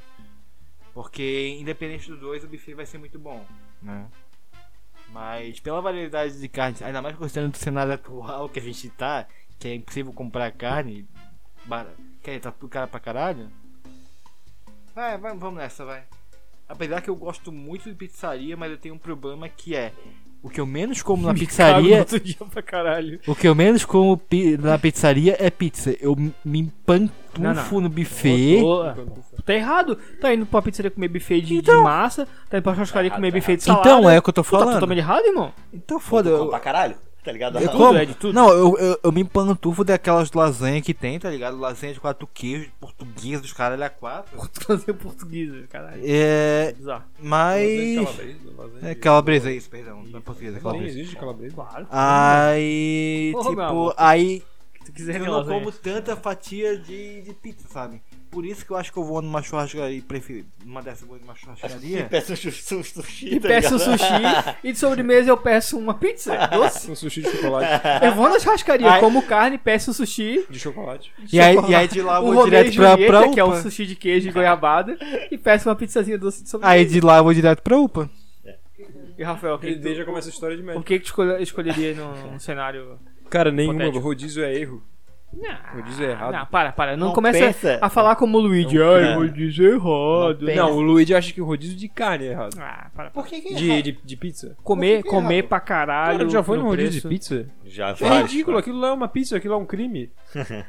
Speaker 5: Porque independente dos dois, o buffet vai ser muito bom, né? Mas pela variedade de carnes, ainda mais considerando o cenário atual que a gente tá, que é impossível comprar carne, bara- quer dizer, tá tudo cara pra caralho. Vai, vai, vamos nessa, vai. Apesar que eu gosto muito de pizzaria, mas eu tenho um problema que é o que eu menos como
Speaker 3: <laughs>
Speaker 5: na
Speaker 3: Cago no
Speaker 5: pizzaria
Speaker 3: outro dia pra caralho.
Speaker 5: o que eu menos como pi- na pizzaria é pizza. Eu m- me empantufo
Speaker 3: Não, não.
Speaker 5: no buffet.
Speaker 3: Ô,
Speaker 2: É
Speaker 3: ô, tá errado. Tá indo pra pizzaria comer buffet de, de massa, tá indo pra churrascaria
Speaker 1: Tá errado,
Speaker 3: comer
Speaker 1: tá
Speaker 3: buffet de salada.
Speaker 5: Então, é o que eu tô
Speaker 3: Tu tá
Speaker 5: falando.
Speaker 3: totalmente errado, irmão. <laughs>
Speaker 5: Então
Speaker 1: Pô, tu
Speaker 5: foda.
Speaker 1: come
Speaker 5: Eu,
Speaker 1: pra caralho. tá ligado?
Speaker 5: Eu
Speaker 1: Ah,
Speaker 5: como?
Speaker 3: é de tudo.
Speaker 5: Não, eu, eu, eu me pantufo daquelas lasanha que tem, tá ligado? Lasanha de quatro queijos, portuguesa dos caralho a quatro.
Speaker 3: Fazer português, caralho.
Speaker 5: É.
Speaker 3: Bizarro.
Speaker 5: Mas.
Speaker 2: Calabresa, lasanha
Speaker 5: É
Speaker 2: de-
Speaker 5: calabresa, é isso, perdão. Não é portuguesa, é
Speaker 2: Nem
Speaker 5: calabresa.
Speaker 2: existe calabresa.
Speaker 3: Claro.
Speaker 5: Aí.
Speaker 3: Ô, meu
Speaker 5: Tipo,
Speaker 3: amor.
Speaker 5: aí.
Speaker 3: Se tu quiser
Speaker 5: Eu
Speaker 3: ver
Speaker 5: não
Speaker 3: lasanha.
Speaker 5: como tanta fatia de, de pizza, sabe? Por isso que eu acho que eu vou numa churrascaria. Prefiro uma dessas boas numa
Speaker 1: E
Speaker 5: churrascaria.
Speaker 1: peço su- su- sushi,
Speaker 3: E
Speaker 1: tá
Speaker 3: peço
Speaker 1: ligado? <laughs>
Speaker 3: sushi e de sobremesa eu peço uma pizza doce.
Speaker 2: Um sushi de chocolate.
Speaker 3: Eu vou na churrascaria,
Speaker 5: Ai.
Speaker 3: como carne, peço sushi.
Speaker 2: De <laughs> chocolate.
Speaker 5: E aí, e aí de lá eu
Speaker 3: O
Speaker 5: vou
Speaker 3: Romeu e
Speaker 5: direto pra,
Speaker 3: Um
Speaker 5: pra
Speaker 3: Julieta,
Speaker 5: UPA.
Speaker 3: que é um sushi de queijo e goiabada, e peço uma pizzazinha doce de sobremesa.
Speaker 5: Aí de lá eu vou direto pra UPA.
Speaker 3: E Rafael, o que
Speaker 2: Porque
Speaker 3: que
Speaker 2: daí já
Speaker 3: tu,
Speaker 2: começa a história de
Speaker 3: o
Speaker 2: médico.
Speaker 3: que que tu escolhe- escolheria num, num cenário...
Speaker 2: Cara, nenhuma.
Speaker 3: Hipotético.
Speaker 2: Rodízio é erro. Rodízio é errado.
Speaker 3: Não, para, para. Não,
Speaker 1: Não
Speaker 3: começa
Speaker 1: pensa.
Speaker 3: a falar como o Luigi.
Speaker 1: Não
Speaker 3: Ai,
Speaker 1: pensa.
Speaker 3: vou dizer errado.
Speaker 1: Não
Speaker 2: Não, o Luigi acha que o rodízio de carne é errado.
Speaker 3: Ah, para, para.
Speaker 6: Por que que é
Speaker 2: De, de, de pizza.
Speaker 3: Comer,
Speaker 6: que é
Speaker 3: comer
Speaker 6: errado?
Speaker 3: pra caralho.
Speaker 2: Cara, já foi
Speaker 3: no
Speaker 2: num rodízio
Speaker 3: preço.
Speaker 2: de pizza?
Speaker 1: Já
Speaker 2: É
Speaker 1: faz,
Speaker 2: ridículo,
Speaker 1: faz.
Speaker 2: aquilo lá é uma pizza, aquilo lá é um crime.
Speaker 3: Ah,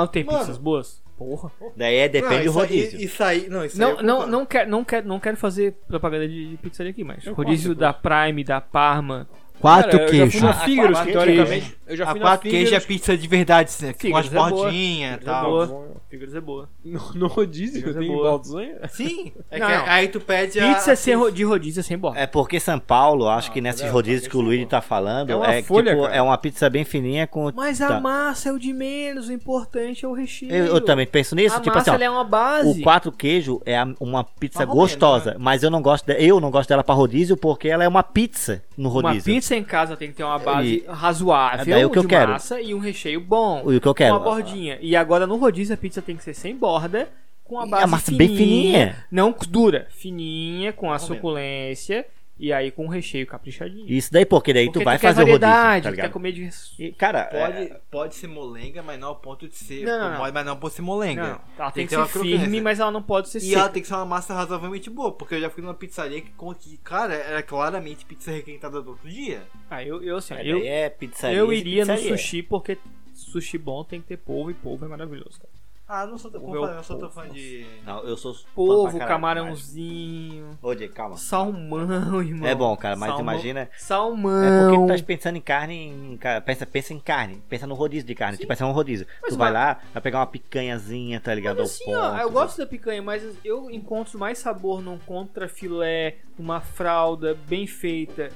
Speaker 3: Não, tem
Speaker 6: Mano.
Speaker 3: pizzas boas. Porra.
Speaker 1: Daí é, depende do
Speaker 3: Ah,
Speaker 6: isso aí-
Speaker 1: rodízio.
Speaker 6: Isso aí, não, isso aí
Speaker 5: é
Speaker 3: Não, é
Speaker 6: eu
Speaker 3: não,
Speaker 6: concordo.
Speaker 3: não, quero, não, quero, não quero fazer propaganda de, de pizzaria aqui, mas
Speaker 2: Eu
Speaker 3: rodízio
Speaker 2: posso,
Speaker 3: da Prime, da Parma.
Speaker 6: é?
Speaker 5: Quatro
Speaker 2: Cara,
Speaker 5: queijos.
Speaker 2: Eu já
Speaker 1: Ah,
Speaker 2: fui na Fígaros,
Speaker 1: quatro
Speaker 2: que
Speaker 1: queijos.
Speaker 2: teoricamente. Eu já
Speaker 5: A
Speaker 2: fui na
Speaker 5: quatro queijos é
Speaker 2: Fígaros.
Speaker 5: pizza de verdade, né? com
Speaker 3: Fígaros
Speaker 5: umas
Speaker 3: é boa.
Speaker 5: bordinhas e
Speaker 3: Fígaros é
Speaker 5: tal.
Speaker 3: boa.
Speaker 2: Fígaros é boa. <laughs> No, no rodízio
Speaker 3: Fígaros é
Speaker 2: tem
Speaker 3: boa.
Speaker 2: bolsanha?
Speaker 6: Sim, é
Speaker 3: Não,
Speaker 6: que
Speaker 3: não.
Speaker 6: aí tu pede a.
Speaker 3: Pizza sem ro- de rodízio é sem borda.
Speaker 1: É porque São Paulo, acho
Speaker 6: Ah,
Speaker 1: que nesses rodízios que o Luigi tá falando,
Speaker 2: É uma
Speaker 1: é,
Speaker 2: folha,
Speaker 1: tipo,
Speaker 2: cara.
Speaker 1: é uma pizza bem fininha com.
Speaker 3: Mas
Speaker 1: tá.
Speaker 3: a massa é o de menos, o importante é o recheio.
Speaker 1: eu, eu também penso nisso,
Speaker 3: a
Speaker 1: tipo assim,
Speaker 3: massa
Speaker 1: ó,
Speaker 3: ela é né? uma base.
Speaker 1: o quatro queijo é a- uma pizza
Speaker 5: Mais ou menos,
Speaker 1: gostosa, mas eu não gosto, de- eu não gosto dela pra rodízio porque ela é uma pizza no
Speaker 3: Uma
Speaker 1: rodízio.
Speaker 3: pizza em casa tem que ter uma base
Speaker 1: E-
Speaker 3: razoável
Speaker 1: É daí o que eu
Speaker 3: de
Speaker 1: quero.
Speaker 3: massa e um recheio bom.
Speaker 1: O que eu quero.
Speaker 3: Uma bordinha. E agora no rodízio a pizza tem que ser sem borda, com a
Speaker 1: E
Speaker 3: base
Speaker 1: a É massa bem fininha.
Speaker 3: Não dura, fininha, com a suculência e aí com o recheio caprichadinho.
Speaker 1: Isso daí porque daí
Speaker 3: Porque
Speaker 1: tu vai
Speaker 3: quer
Speaker 1: fazer o rodízio,
Speaker 3: variedade,
Speaker 1: tá
Speaker 3: tu quer
Speaker 1: ligado?
Speaker 3: comer de...
Speaker 1: E, cara, é-
Speaker 5: Pode, pode ser molenga, mas não ao ponto de ser.
Speaker 3: Não, não, não.
Speaker 5: Mas não pode ser molenga.
Speaker 3: Não, ela tem,
Speaker 5: Tem que
Speaker 3: que
Speaker 5: ter uma
Speaker 3: ser firme,
Speaker 5: crocância.
Speaker 3: mas ela não pode ser
Speaker 5: E ela
Speaker 3: seca.
Speaker 5: tem que ser uma massa razoavelmente boa, porque eu já fui numa pizzaria que, com- que cara, era claramente pizza requentada do outro dia.
Speaker 3: Ah, eu, eu assim, ó,
Speaker 1: é,
Speaker 3: eu,
Speaker 1: daí é pizzaria
Speaker 3: eu
Speaker 1: de
Speaker 3: iria no
Speaker 1: pizzaria.
Speaker 3: sushi porque sushi bom tem que ter polvo e polvo é maravilhoso, cara.
Speaker 5: Ah, não sou tão,
Speaker 3: O
Speaker 5: como
Speaker 3: meu-
Speaker 5: eu falei, eu não sou tão fã de.
Speaker 1: Não, eu sou fã pra
Speaker 3: Polvo,
Speaker 1: caralho,
Speaker 3: camarãozinho,
Speaker 1: mas- Ô, Diego, calma.
Speaker 3: salmão, irmão.
Speaker 1: É bom, cara, mas
Speaker 3: Salmão-
Speaker 1: imagina.
Speaker 3: Salmão.
Speaker 1: É porque tu tá pensando em carne, em, cara, pensa, pensa em carne, pensa no rodízio de carne, tipo, pensa num rodízio. tu
Speaker 3: Mas uma-
Speaker 1: vai lá, vai pegar uma picanhazinha, tá ligado?
Speaker 3: Mas
Speaker 1: Ao
Speaker 3: assim, ó,
Speaker 1: ponto.
Speaker 3: eu gosto da picanha, mas eu encontro mais sabor num contrafilé, numa fralda bem feita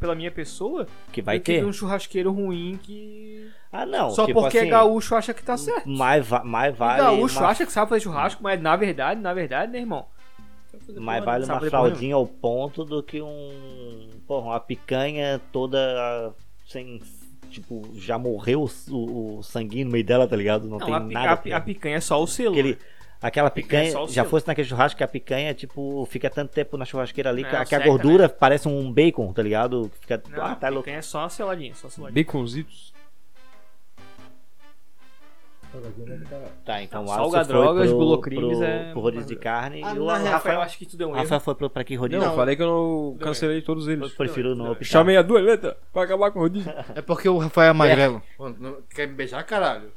Speaker 3: pela minha pessoa,
Speaker 1: Que vai
Speaker 3: do que de
Speaker 1: ter.
Speaker 3: um churrasqueiro ruim que
Speaker 1: Ah, não.
Speaker 3: só
Speaker 1: tipo
Speaker 3: porque
Speaker 1: assim,
Speaker 3: é gaúcho acha que tá certo.
Speaker 1: Mais, va- mais
Speaker 3: O
Speaker 1: vale.
Speaker 3: gaúcho
Speaker 1: uma,
Speaker 3: acha que sabe fazer churrasco, mas na verdade, na verdade, né, irmão?
Speaker 1: mais
Speaker 3: Porra,
Speaker 1: vale
Speaker 3: não
Speaker 1: uma
Speaker 3: sabe
Speaker 1: fraldinha ao ponto do que um. Porra, uma picanha toda ah, sem. Tipo, já morreu o- o, o sanguinho no meio dela, tá ligado? Não,
Speaker 3: Não,
Speaker 1: tem
Speaker 3: a, pi-
Speaker 1: nada.
Speaker 3: a pi- a picanha é só o selo.
Speaker 1: Aquele-
Speaker 3: né?
Speaker 1: Aquela
Speaker 3: picanha é
Speaker 1: picanha,
Speaker 3: só o
Speaker 1: já
Speaker 3: selo.
Speaker 1: fosse naquele churrasco que a picanha, tipo, fica tanto tempo na churrasqueira ali
Speaker 3: É,
Speaker 1: que, a-
Speaker 3: ela
Speaker 1: que a
Speaker 3: seca,
Speaker 1: gordura parece um bacon, tá ligado? Fica.
Speaker 3: Não,
Speaker 1: ah, tá
Speaker 3: a
Speaker 1: louco.
Speaker 3: picanha é só a seladinha, só a seladinha.
Speaker 2: Baconzitos.
Speaker 1: Tá, então
Speaker 3: Não,
Speaker 1: o Alisson
Speaker 3: salga
Speaker 1: foi
Speaker 3: drogas,
Speaker 1: pro,
Speaker 3: gulocrimes
Speaker 1: pro,
Speaker 3: é-
Speaker 1: pro rodízio de carne
Speaker 3: Ah,
Speaker 1: e o
Speaker 3: não, Rafael,
Speaker 1: Rafael,
Speaker 3: acho que tu deu um erro.
Speaker 1: Rafael foi pro, pra que rodízio?
Speaker 2: Não, falei que eu não cancelei todos
Speaker 1: eu
Speaker 2: eles.
Speaker 1: prefiro não optar.
Speaker 2: Chamei a dueleta pra acabar com o rodízio.
Speaker 5: É porque o Rafael é magrelo.
Speaker 6: Pô, não- Quer me beijar, caralho?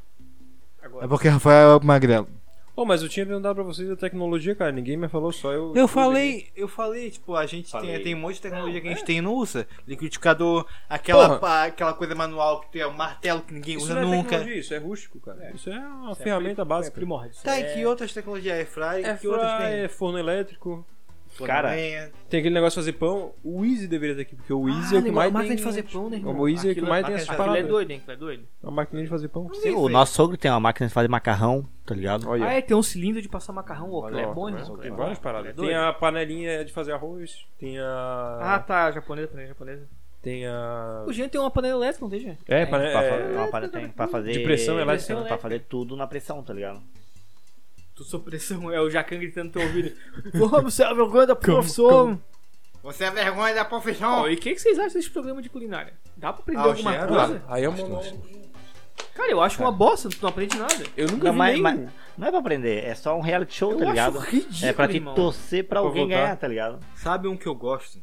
Speaker 5: É, porque o Rafael é magrelo.
Speaker 2: Ô, mas eu tinha perguntado pra vocês da tecnologia, cara. Ninguém me falou, só eu.
Speaker 5: Eu falei, eu falei, tipo, a gente
Speaker 1: Falei.
Speaker 5: tem, tem um monte de tecnologia que a gente tem e não usa. Liquidificador,
Speaker 2: Porra.
Speaker 5: aquela, pa- aquela coisa manual que tem o martelo que ninguém
Speaker 2: Isso
Speaker 5: usa
Speaker 2: não é
Speaker 5: nunca.
Speaker 2: tecnologia, isso é rústico, cara. Isso é uma
Speaker 3: Isso é
Speaker 2: ferramenta
Speaker 3: pri- É
Speaker 2: básica.
Speaker 3: primórdio.
Speaker 5: Tá, e que outras tecnologias? Air fry,
Speaker 2: É
Speaker 5: que outras tem?
Speaker 2: fry, forno elétrico.
Speaker 1: Cara,
Speaker 5: Lenha.
Speaker 2: Tem aquele negócio de fazer pão. O Easy deveria estar aqui, porque o Easy é o que mais
Speaker 3: Ah, máquina
Speaker 2: tem.
Speaker 3: de fazer pão, né, irmão?
Speaker 2: O Easy é o que
Speaker 3: Aquilo-
Speaker 2: mais tem essas
Speaker 3: Aquilo é
Speaker 2: paradas.
Speaker 3: doido, hein? Aquilo é doido.
Speaker 2: A máquina de fazer pão.
Speaker 1: Sim, o nosso sogro tem uma máquina de fazer macarrão, tá ligado?
Speaker 2: Olha.
Speaker 3: Ah, é, tem um cilindro de passar macarrão, ó, aquilo
Speaker 2: Olha
Speaker 3: é
Speaker 2: lá,
Speaker 3: bom,
Speaker 2: né?
Speaker 3: irmão. aquilo é
Speaker 2: Tem
Speaker 3: bom.
Speaker 2: várias
Speaker 3: É
Speaker 2: paradas.
Speaker 3: doido.
Speaker 2: Tem a panelinha de fazer arroz, tem a.
Speaker 3: Ah, tá, japonesa, japonesa, japonesa.
Speaker 2: Tem a.
Speaker 3: O Jean tem uma panela elétrica, não tem, Jean?
Speaker 2: É,
Speaker 1: Pra,
Speaker 2: pane-
Speaker 1: fa-
Speaker 2: é,
Speaker 1: uma parada tem pra fazer. é,
Speaker 2: De pressão elétrica,
Speaker 1: Pra
Speaker 3: né?
Speaker 1: fazer tudo na pressão, tá ligado?
Speaker 3: Tu supressão, é o Jacan gritando no teu <laughs> ouvido. Vamos, salve, Uganda, professor!
Speaker 6: Você é vergonha da profissão.
Speaker 3: Ó, E o que, que vocês acham desse programa de culinária? Dá pra aprender
Speaker 5: Ah, eu
Speaker 3: alguma
Speaker 5: achei
Speaker 3: coisa?
Speaker 5: errado.
Speaker 2: Aí é uma.
Speaker 3: Cara, eu acho uma bosta, tu não aprende nada.
Speaker 2: Eu nunca
Speaker 1: Não,
Speaker 2: vi
Speaker 1: mas,
Speaker 2: nem-
Speaker 1: mas não é pra aprender, é só um reality show,
Speaker 3: Eu
Speaker 1: tá
Speaker 3: acho
Speaker 1: ligado?
Speaker 3: ridículo,
Speaker 1: é pra te
Speaker 3: irmão.
Speaker 1: torcer pra
Speaker 2: É pra
Speaker 1: alguém
Speaker 2: votar.
Speaker 1: ganhar, tá ligado?
Speaker 5: Sabe um que eu gosto?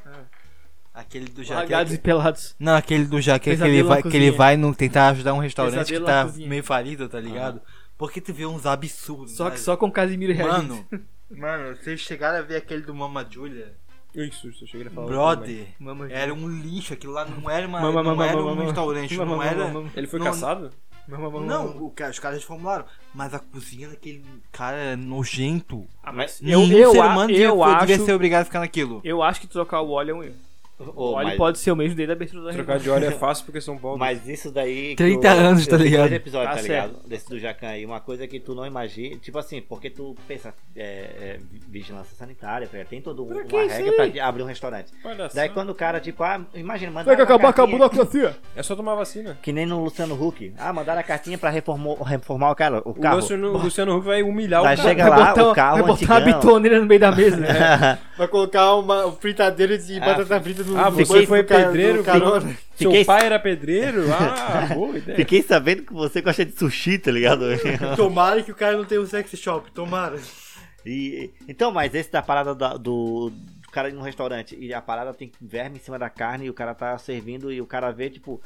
Speaker 5: Aquele do
Speaker 2: é
Speaker 3: Largados
Speaker 5: Jaque.
Speaker 3: e pelados.
Speaker 5: Não, aquele do Jaque que
Speaker 3: Pesadelo
Speaker 5: ele
Speaker 3: na
Speaker 5: vai, que ele
Speaker 3: cozinha.
Speaker 5: vai num, tentar ajudar um restaurante
Speaker 3: Pesadelo
Speaker 5: que
Speaker 3: na
Speaker 5: tá
Speaker 3: cozinha. Ah.
Speaker 5: meio falido, tá ligado?
Speaker 6: Ah.
Speaker 5: Porque tu vê uns absurdos.
Speaker 3: Só que
Speaker 5: né?
Speaker 3: <laughs> só com Casimiro reagindo.
Speaker 5: Mano, mano, vocês chegaram a ver aquele do Mama Julia?
Speaker 2: Ui, que susto, eu cheguei a falar. outra também.
Speaker 5: Brother,
Speaker 3: Mama,
Speaker 5: era um lixo, aquilo lá não era, uma,
Speaker 3: Mama,
Speaker 5: não
Speaker 3: mama,
Speaker 5: era
Speaker 3: mama,
Speaker 5: um restaurante,
Speaker 3: mama,
Speaker 5: não
Speaker 3: mama,
Speaker 5: era...
Speaker 3: mama,
Speaker 2: Ele foi
Speaker 5: Não,
Speaker 2: caçado?
Speaker 3: mama, mama, mama.
Speaker 5: Não, o ca- os caras formularam, mas a cozinha daquele cara é nojento.
Speaker 3: Ah, mas
Speaker 5: Eu,
Speaker 3: eu,
Speaker 5: Nenhum
Speaker 3: eu,
Speaker 5: ser
Speaker 3: a-
Speaker 5: humano devia,
Speaker 3: eu
Speaker 5: devia
Speaker 3: acho.
Speaker 5: ser obrigado a ficar
Speaker 1: um-
Speaker 5: naquilo.
Speaker 3: Eu acho que trocar o óleo é um erro. O
Speaker 1: Ô,
Speaker 3: óleo
Speaker 1: mas,
Speaker 3: pode ser o mesmo desde a abertura da
Speaker 2: Trocar de hora é fácil porque São Paulo.
Speaker 1: mas isso daí.
Speaker 5: 30 anos, tá ligado?
Speaker 1: Episódio,
Speaker 3: Tá
Speaker 1: tá, ligado? Desse do Jacan aí. Uma coisa que tu não imagina. Tipo assim, porque tu pensa. É, é, vigilância sanitária, tá ligado? tem toda uma
Speaker 3: que isso
Speaker 1: regra pra de- abrir um restaurante.
Speaker 2: Olha só.
Speaker 1: Daí quando o cara, tipo, ah, imagina, manda.
Speaker 3: Vai
Speaker 1: uma
Speaker 3: acabar com a
Speaker 1: cartinha-
Speaker 3: burocracia.
Speaker 2: É só tomar vacina.
Speaker 1: Que nem no Luciano Huck. Ah, mandaram a cartinha pra reformou- reformar o cara, o
Speaker 2: O
Speaker 1: carro. <laughs>
Speaker 2: Luciano, o Luciano Huck vai humilhar
Speaker 1: Vai
Speaker 2: o cara.
Speaker 1: chegar- Pega lá, o carro
Speaker 3: vai botar uma
Speaker 1: antigão.
Speaker 3: bitoneira no meio da
Speaker 1: <laughs>
Speaker 3: mesa. né?
Speaker 6: Vai colocar uma fritadeira
Speaker 5: É,
Speaker 6: de batata frita no
Speaker 2: Ah,
Speaker 6: no
Speaker 2: você
Speaker 6: banco do
Speaker 2: foi
Speaker 6: cara- do
Speaker 2: pedreiro,
Speaker 6: carona.
Speaker 2: Seu
Speaker 1: Fiquei-
Speaker 2: pai era pedreiro?
Speaker 1: <laughs>
Speaker 2: Ah, boa
Speaker 3: É.
Speaker 2: ideia.
Speaker 1: Fiquei sabendo que você gosta de sushi, tá
Speaker 3: <laughs>
Speaker 1: ligado?
Speaker 2: <laughs>
Speaker 6: Tomara que o cara não tenha um sex shop, tomara.
Speaker 1: E- então, mas esse da parada da- do, do cara ir num restaurante e a parada tem verme em cima da carne e o cara tá servindo e o cara vê, tipo.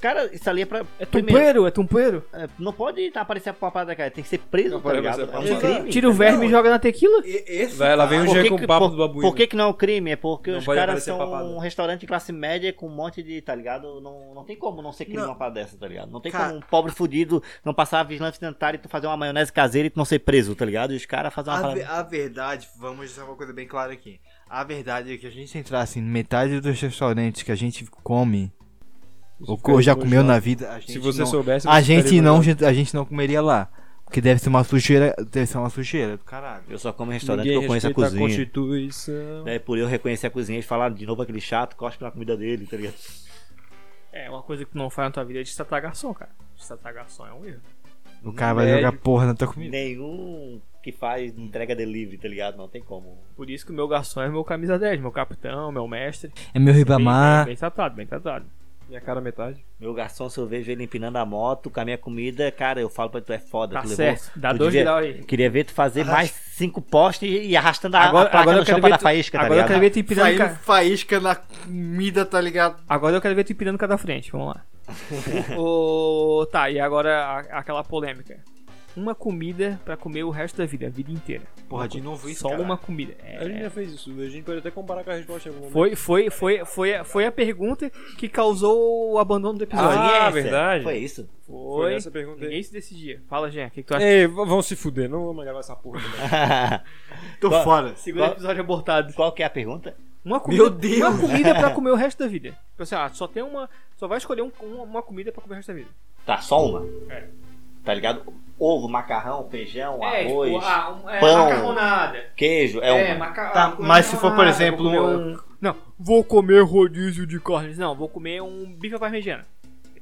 Speaker 1: Cara, isso ali é pra.
Speaker 3: É tumpeiro, é tumpeiro.
Speaker 1: é, não pode tá, aparecer a parada da cara, tem que ser preso,
Speaker 2: Não
Speaker 1: tá
Speaker 2: pode
Speaker 1: ligado? É
Speaker 2: aparecer a
Speaker 1: um
Speaker 2: parada.
Speaker 1: crime.
Speaker 3: Tira o verme e joga na tequila.
Speaker 6: E- Esse
Speaker 2: Vai lá, vem o
Speaker 6: cara-
Speaker 2: Jean com o papo
Speaker 1: por,
Speaker 2: do babuíno.
Speaker 1: por que, que não é um crime? É porque
Speaker 2: Não
Speaker 1: os
Speaker 2: pode
Speaker 1: caras
Speaker 2: aparecer
Speaker 1: são
Speaker 2: papada.
Speaker 1: um restaurante de classe média com um monte de, tá ligado? Não, não tem como não ser crime
Speaker 6: Não.
Speaker 1: uma parada dessa, tá ligado? Não tem
Speaker 6: Cara-
Speaker 1: como um pobre fudido não passar a vigilância sanitária e tu fazer uma maionese caseira e tu não ser preso, tá ligado? E os caras fazem uma
Speaker 5: A,
Speaker 1: parada.
Speaker 5: ve- a verdade, vamos deixar uma coisa bem clara aqui. A verdade é que a gente entrar assim, metade dos restaurantes que a gente come, ou que
Speaker 2: fica
Speaker 5: já comeu
Speaker 2: desmanchado.
Speaker 5: na vida, a gente
Speaker 2: Se você
Speaker 5: não,
Speaker 2: soubesse.
Speaker 5: a
Speaker 2: você
Speaker 5: gente
Speaker 2: estaria
Speaker 5: não,
Speaker 2: doido.
Speaker 5: a gente não comeria lá, porque deve ser uma sujeira, deve ser uma sujeira do caralho.
Speaker 1: Eu só como em restaurante
Speaker 2: Ninguém
Speaker 1: que eu conheço a
Speaker 2: respeita
Speaker 1: cozinha.
Speaker 2: Constituição.
Speaker 1: É, por eu reconhecer a cozinha e falar de novo aquele chato, cospe na comida dele, tá ligado?
Speaker 3: É, uma coisa que tu não faz na tua vida é destratar garçom, cara. Destratar garçom é um erro.
Speaker 5: O cara vai
Speaker 2: Médio.
Speaker 5: jogar porra na tua comida.
Speaker 1: Nenhum que faz entrega delivery, tá ligado? Não tem como.
Speaker 3: Por isso que o meu garçom é meu camisa 10, meu capitão, meu mestre.
Speaker 5: É meu
Speaker 3: Bem, bem,
Speaker 5: ribamar.
Speaker 3: bem tratado, bem tratado.
Speaker 2: Minha cara metade.
Speaker 1: Meu garçom, se eu vejo ele empinando a moto com a minha comida, cara, eu falo pra tu, é foda.
Speaker 3: Tá
Speaker 1: tu levou-
Speaker 3: certo, dá
Speaker 1: tu
Speaker 3: dois
Speaker 1: devia-
Speaker 3: graus aí.
Speaker 1: Queria ver tu fazer mais cinco postes e, e arrastando a,
Speaker 3: Agora-
Speaker 1: a placa
Speaker 3: agora eu
Speaker 1: no chão
Speaker 3: quero
Speaker 1: pra
Speaker 3: ver
Speaker 1: dar
Speaker 3: tu-
Speaker 1: faísca, tá
Speaker 3: Agora eu
Speaker 1: ligado?
Speaker 3: quero ver tu empinando.
Speaker 6: Saindo
Speaker 3: ca-
Speaker 6: faísca na comida, tá ligado?
Speaker 3: Agora eu quero ver tu empinando cada frente, vamos lá. Ô, tá, e agora a- aquela polêmica. Uma comida pra comer o resto da vida, a vida inteira.
Speaker 5: Porra, de novo isso,
Speaker 3: Só
Speaker 5: cara.
Speaker 3: uma comida.
Speaker 2: A gente
Speaker 3: É,
Speaker 2: já fez isso. A gente pode até comparar com a resposta. em algum momento.
Speaker 3: foi, foi, foi, foi, a- foi a pergunta que causou o abandono do episódio.
Speaker 2: Ah,
Speaker 1: Essa,
Speaker 2: verdade.
Speaker 1: Foi isso. <laughs>
Speaker 2: Foi essa É, pergunta aí.
Speaker 3: Ninguém se decidia. Fala, Jean, o que, que tu acha?
Speaker 2: Ei, v- vão se fuder, não vamos gravar essa <laughs> porra. também.
Speaker 6: Tô
Speaker 1: Ó,
Speaker 6: fora.
Speaker 3: Segundo episódio abortado.
Speaker 1: Qual que é a pergunta?
Speaker 3: Uma comida,
Speaker 6: Meu Deus!
Speaker 3: Uma comida pra comer o resto da vida. Tipo assim, ah, só tem uma. Só vai escolher um- um- uma comida pra comer o resto da vida.
Speaker 1: Tá, só uma.
Speaker 3: É.
Speaker 1: Tá ligado? Ovo, macarrão, feijão, arroz,
Speaker 3: é,
Speaker 1: pão.
Speaker 3: macarronada.
Speaker 1: queijo, é, uma.
Speaker 3: macarrão.
Speaker 6: Tá, mas se for, por exemplo, um-
Speaker 3: Não, vou comer rodízio de carnes. Não, vou comer um bife à parmegiana.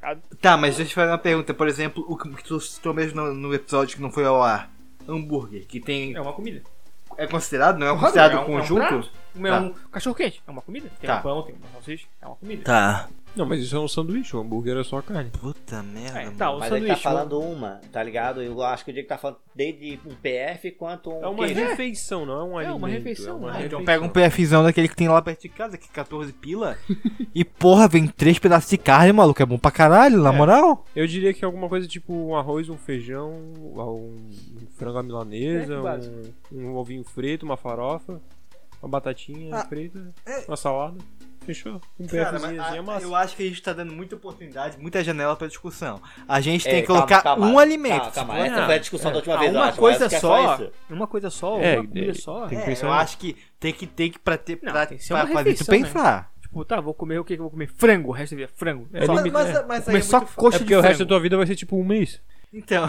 Speaker 3: Tá?
Speaker 5: Tá, mas deixa eu te fazer uma pergunta. Por exemplo, o que que tu citou mesmo no, no episódio que não foi ao ar. Hambúrguer, que tem.
Speaker 3: É uma comida.
Speaker 5: É considerado, não é considerado
Speaker 3: é um- é um
Speaker 5: conjunto?
Speaker 3: prato. Comer
Speaker 5: Tá.
Speaker 3: um cachorro-quente. É uma comida. Tem
Speaker 5: Tá.
Speaker 3: um pão, tem uma salsicha. É uma comida.
Speaker 5: tá.
Speaker 2: não, mas isso é um sanduíche. O hambúrguer é só carne.
Speaker 5: Puta merda,
Speaker 3: É, tá,
Speaker 5: mano.
Speaker 3: o
Speaker 1: Mas ele tá
Speaker 3: sanduíche.
Speaker 1: falando uma, tá ligado? Eu acho que o Diego tá falando desde um PF quanto um
Speaker 2: É uma
Speaker 1: queijo.
Speaker 2: refeição, não é um
Speaker 3: É
Speaker 2: alimento.
Speaker 3: uma refeição,
Speaker 2: é uma
Speaker 3: né?
Speaker 2: refeição.
Speaker 5: Então pega um PFzão daquele que tem lá perto de casa, que é 14 pila. e porra, vem três pedaços de carne, maluco. É bom pra caralho, na
Speaker 2: É.
Speaker 5: moral.
Speaker 2: Eu diria que alguma coisa tipo um arroz, um feijão, um um frango à milanesa,
Speaker 3: É,
Speaker 2: um,
Speaker 3: básico.
Speaker 2: um ovinho frito, uma farofa, uma batatinha frita, uma salada. Fechou? Um
Speaker 5: Cara,
Speaker 2: PFzinho
Speaker 5: mas a-
Speaker 2: assim é massa.
Speaker 5: eu acho que a gente tá dando muita oportunidade, muita janela pra discussão. A gente
Speaker 1: É,
Speaker 5: tem que
Speaker 1: calma,
Speaker 5: colocar
Speaker 1: calma,
Speaker 5: um alimento.
Speaker 1: Calma, calma.
Speaker 2: for
Speaker 1: Essa
Speaker 2: errado.
Speaker 1: foi a discussão da última
Speaker 3: Ah,
Speaker 1: vez. eu
Speaker 3: uma
Speaker 1: acho. Eu
Speaker 3: coisa
Speaker 1: acho que é
Speaker 3: só.
Speaker 1: isso.
Speaker 3: Uma coisa só,
Speaker 2: É,
Speaker 3: uma comida
Speaker 2: é,
Speaker 3: só.
Speaker 2: tem que
Speaker 5: É,
Speaker 2: pensar
Speaker 5: eu
Speaker 2: nisso.
Speaker 5: acho que tem que tem que pra ter
Speaker 3: Não,
Speaker 5: pra,
Speaker 3: tem que ser
Speaker 5: pra
Speaker 3: uma
Speaker 5: fazer tu
Speaker 3: refeição, né?
Speaker 5: pensar.
Speaker 3: Tipo, tá, vou comer o que que eu vou comer? Frango, o resto da vida. Frango.
Speaker 2: É
Speaker 3: Só
Speaker 2: limite,
Speaker 5: Mas, mas,
Speaker 2: limite, né?
Speaker 5: mas aí
Speaker 3: comer
Speaker 5: é
Speaker 3: só
Speaker 5: muito f-
Speaker 3: coxa
Speaker 2: É porque
Speaker 3: de
Speaker 2: o
Speaker 3: frango.
Speaker 2: resto da tua vida vai ser tipo um mês.
Speaker 5: Então.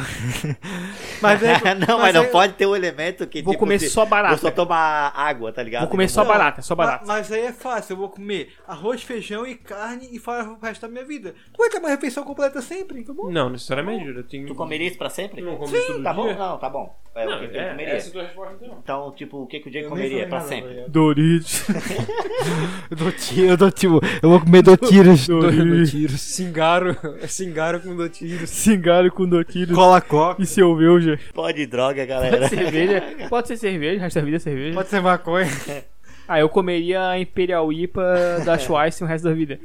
Speaker 5: mas é,
Speaker 1: <laughs> não, mas não pode ter um elemento que.
Speaker 3: Vou
Speaker 1: tipo,
Speaker 3: comer
Speaker 1: se-
Speaker 3: só barata.
Speaker 1: Vou só tomar água, tá ligado?
Speaker 3: Vou comer só
Speaker 1: Não,
Speaker 3: barata, só barata.
Speaker 5: Mas, mas aí é fácil, eu vou comer arroz, feijão e carne e farofa pro resto da minha vida. Ué, que é uma refeição completa sempre, tá bom?
Speaker 2: Não, necessariamente. Eu tenho...
Speaker 1: Tu comeria isso pra sempre?
Speaker 2: Não come
Speaker 1: Sim,
Speaker 2: isso todo
Speaker 1: tá
Speaker 2: dia.
Speaker 1: bom? Não, tá bom. É
Speaker 2: Ah,
Speaker 1: o que o Diego comeria.
Speaker 2: tua resposta então.
Speaker 1: Então, tipo, o que, que o Diego comeria pra sempre?
Speaker 3: Doritos.
Speaker 2: <laughs>
Speaker 5: Eu dou tiro, eu dou tiro. Eu vou comer dotiras.
Speaker 2: Dotiros. <laughs> Singaro. Singaro com dotiros.
Speaker 3: Singaro com Doritos.
Speaker 5: <laughs> Cola coca.
Speaker 3: E cerveja.
Speaker 1: Pode droga, galera.
Speaker 3: cerveja. Pode ser cerveja, o resto da vida é cerveja.
Speaker 5: Pode ser maconha.
Speaker 3: Ah, eu comeria a Imperial IPA da Schweiss o resto da vida.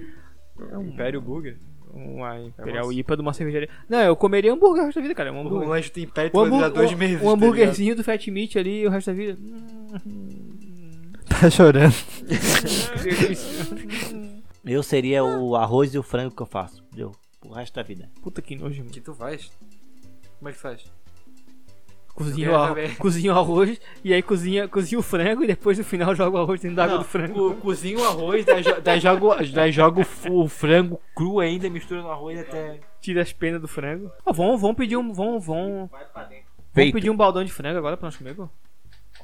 Speaker 2: É um Império Burger.
Speaker 3: Uma Imperial IPA de uma cervejaria. Não, eu comeria hambúrguer o resto da vida, cara. Um
Speaker 5: O
Speaker 3: hambúrguer.
Speaker 5: lanche tem pé
Speaker 3: Um, hambú-
Speaker 5: dois meses.
Speaker 3: um, um hambúrguerzinho do Fat Meat ali o resto da vida. Hum.
Speaker 5: tá chorando.
Speaker 1: <laughs> Eu seria o arroz e o frango que eu faço. Eu, o resto da vida.
Speaker 3: Puta que nojo, mano.
Speaker 6: que tu faz? Como é que faz?
Speaker 3: Cozinha
Speaker 6: Eu
Speaker 3: o,
Speaker 6: quero
Speaker 3: arroz,
Speaker 6: saber.
Speaker 3: cozinha o arroz e aí cozinha, cozinha o frango e depois no final joga o arroz dentro da água
Speaker 6: Não,
Speaker 3: do frango.
Speaker 6: co- cozinha o arroz, daí, jo- daí joga, o- daí joga o, f- o frango cru ainda, mistura no arroz até.
Speaker 3: Tira as penas do frango. Ó, vão, vão pedir um. Vão, vão. Vão
Speaker 2: Peito.
Speaker 3: pedir um baldão de frango agora pra nós comer, pô? Não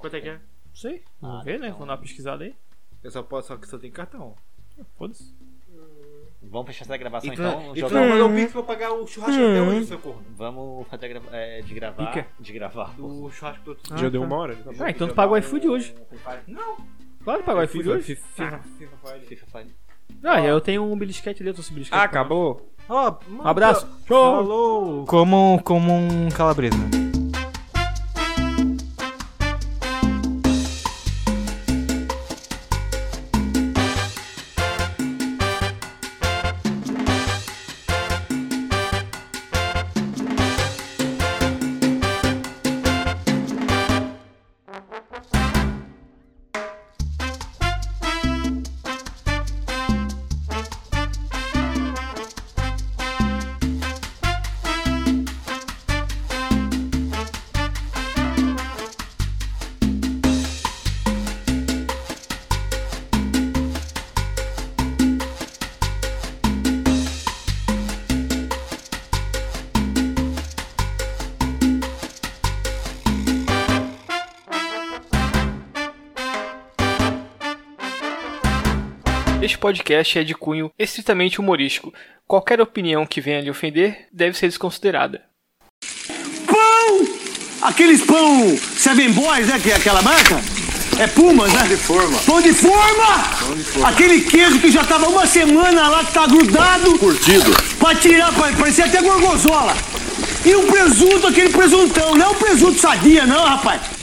Speaker 6: Quanto é que é?
Speaker 3: sei. Vamos ver, né? Vamos dar uma pesquisada aí.
Speaker 6: Eu só posso, só que só tem cartão.
Speaker 3: Foda-se.
Speaker 1: Vamos fechar essa gravação
Speaker 6: E tu,
Speaker 1: então.
Speaker 6: e tu
Speaker 1: jogar-
Speaker 6: não mandou o pix pra pagar o churrasco até hoje, seu corno.
Speaker 1: Vamos fazer a grava- é, de gravar.
Speaker 3: Pica.
Speaker 1: De gravar.
Speaker 6: O churrasco do outro.
Speaker 3: Ah,
Speaker 2: Já deu
Speaker 3: tá.
Speaker 2: uma hora. já tá bom.
Speaker 3: Ah, então tu pagou o iFood hoje.
Speaker 6: Não,
Speaker 3: Claro que pagou o iFood hoje.
Speaker 2: Ah,
Speaker 1: FIFA Friday.
Speaker 3: Ah, eu tenho um belisquete ali, eu tô se belisquete.
Speaker 2: Ah, acabou.
Speaker 6: Ó,
Speaker 3: Um abraço. Tchau.
Speaker 6: Falou.
Speaker 5: Como, como um calabresa.
Speaker 7: Este podcast é de cunho estritamente humorístico. Qualquer opinião que venha lhe ofender deve ser desconsiderada.
Speaker 8: Aqueles pão Seven Boys, né? Que é aquela marca? É Pumas, né? Pão de forma. Pão de forma! Aquele queijo que já tava uma semana lá, que tá grudado. Curtido. Pra tirar, pra- parecia até gorgonzola. E o presunto, aquele presuntão. Não é o presunto sadia, não, rapaz.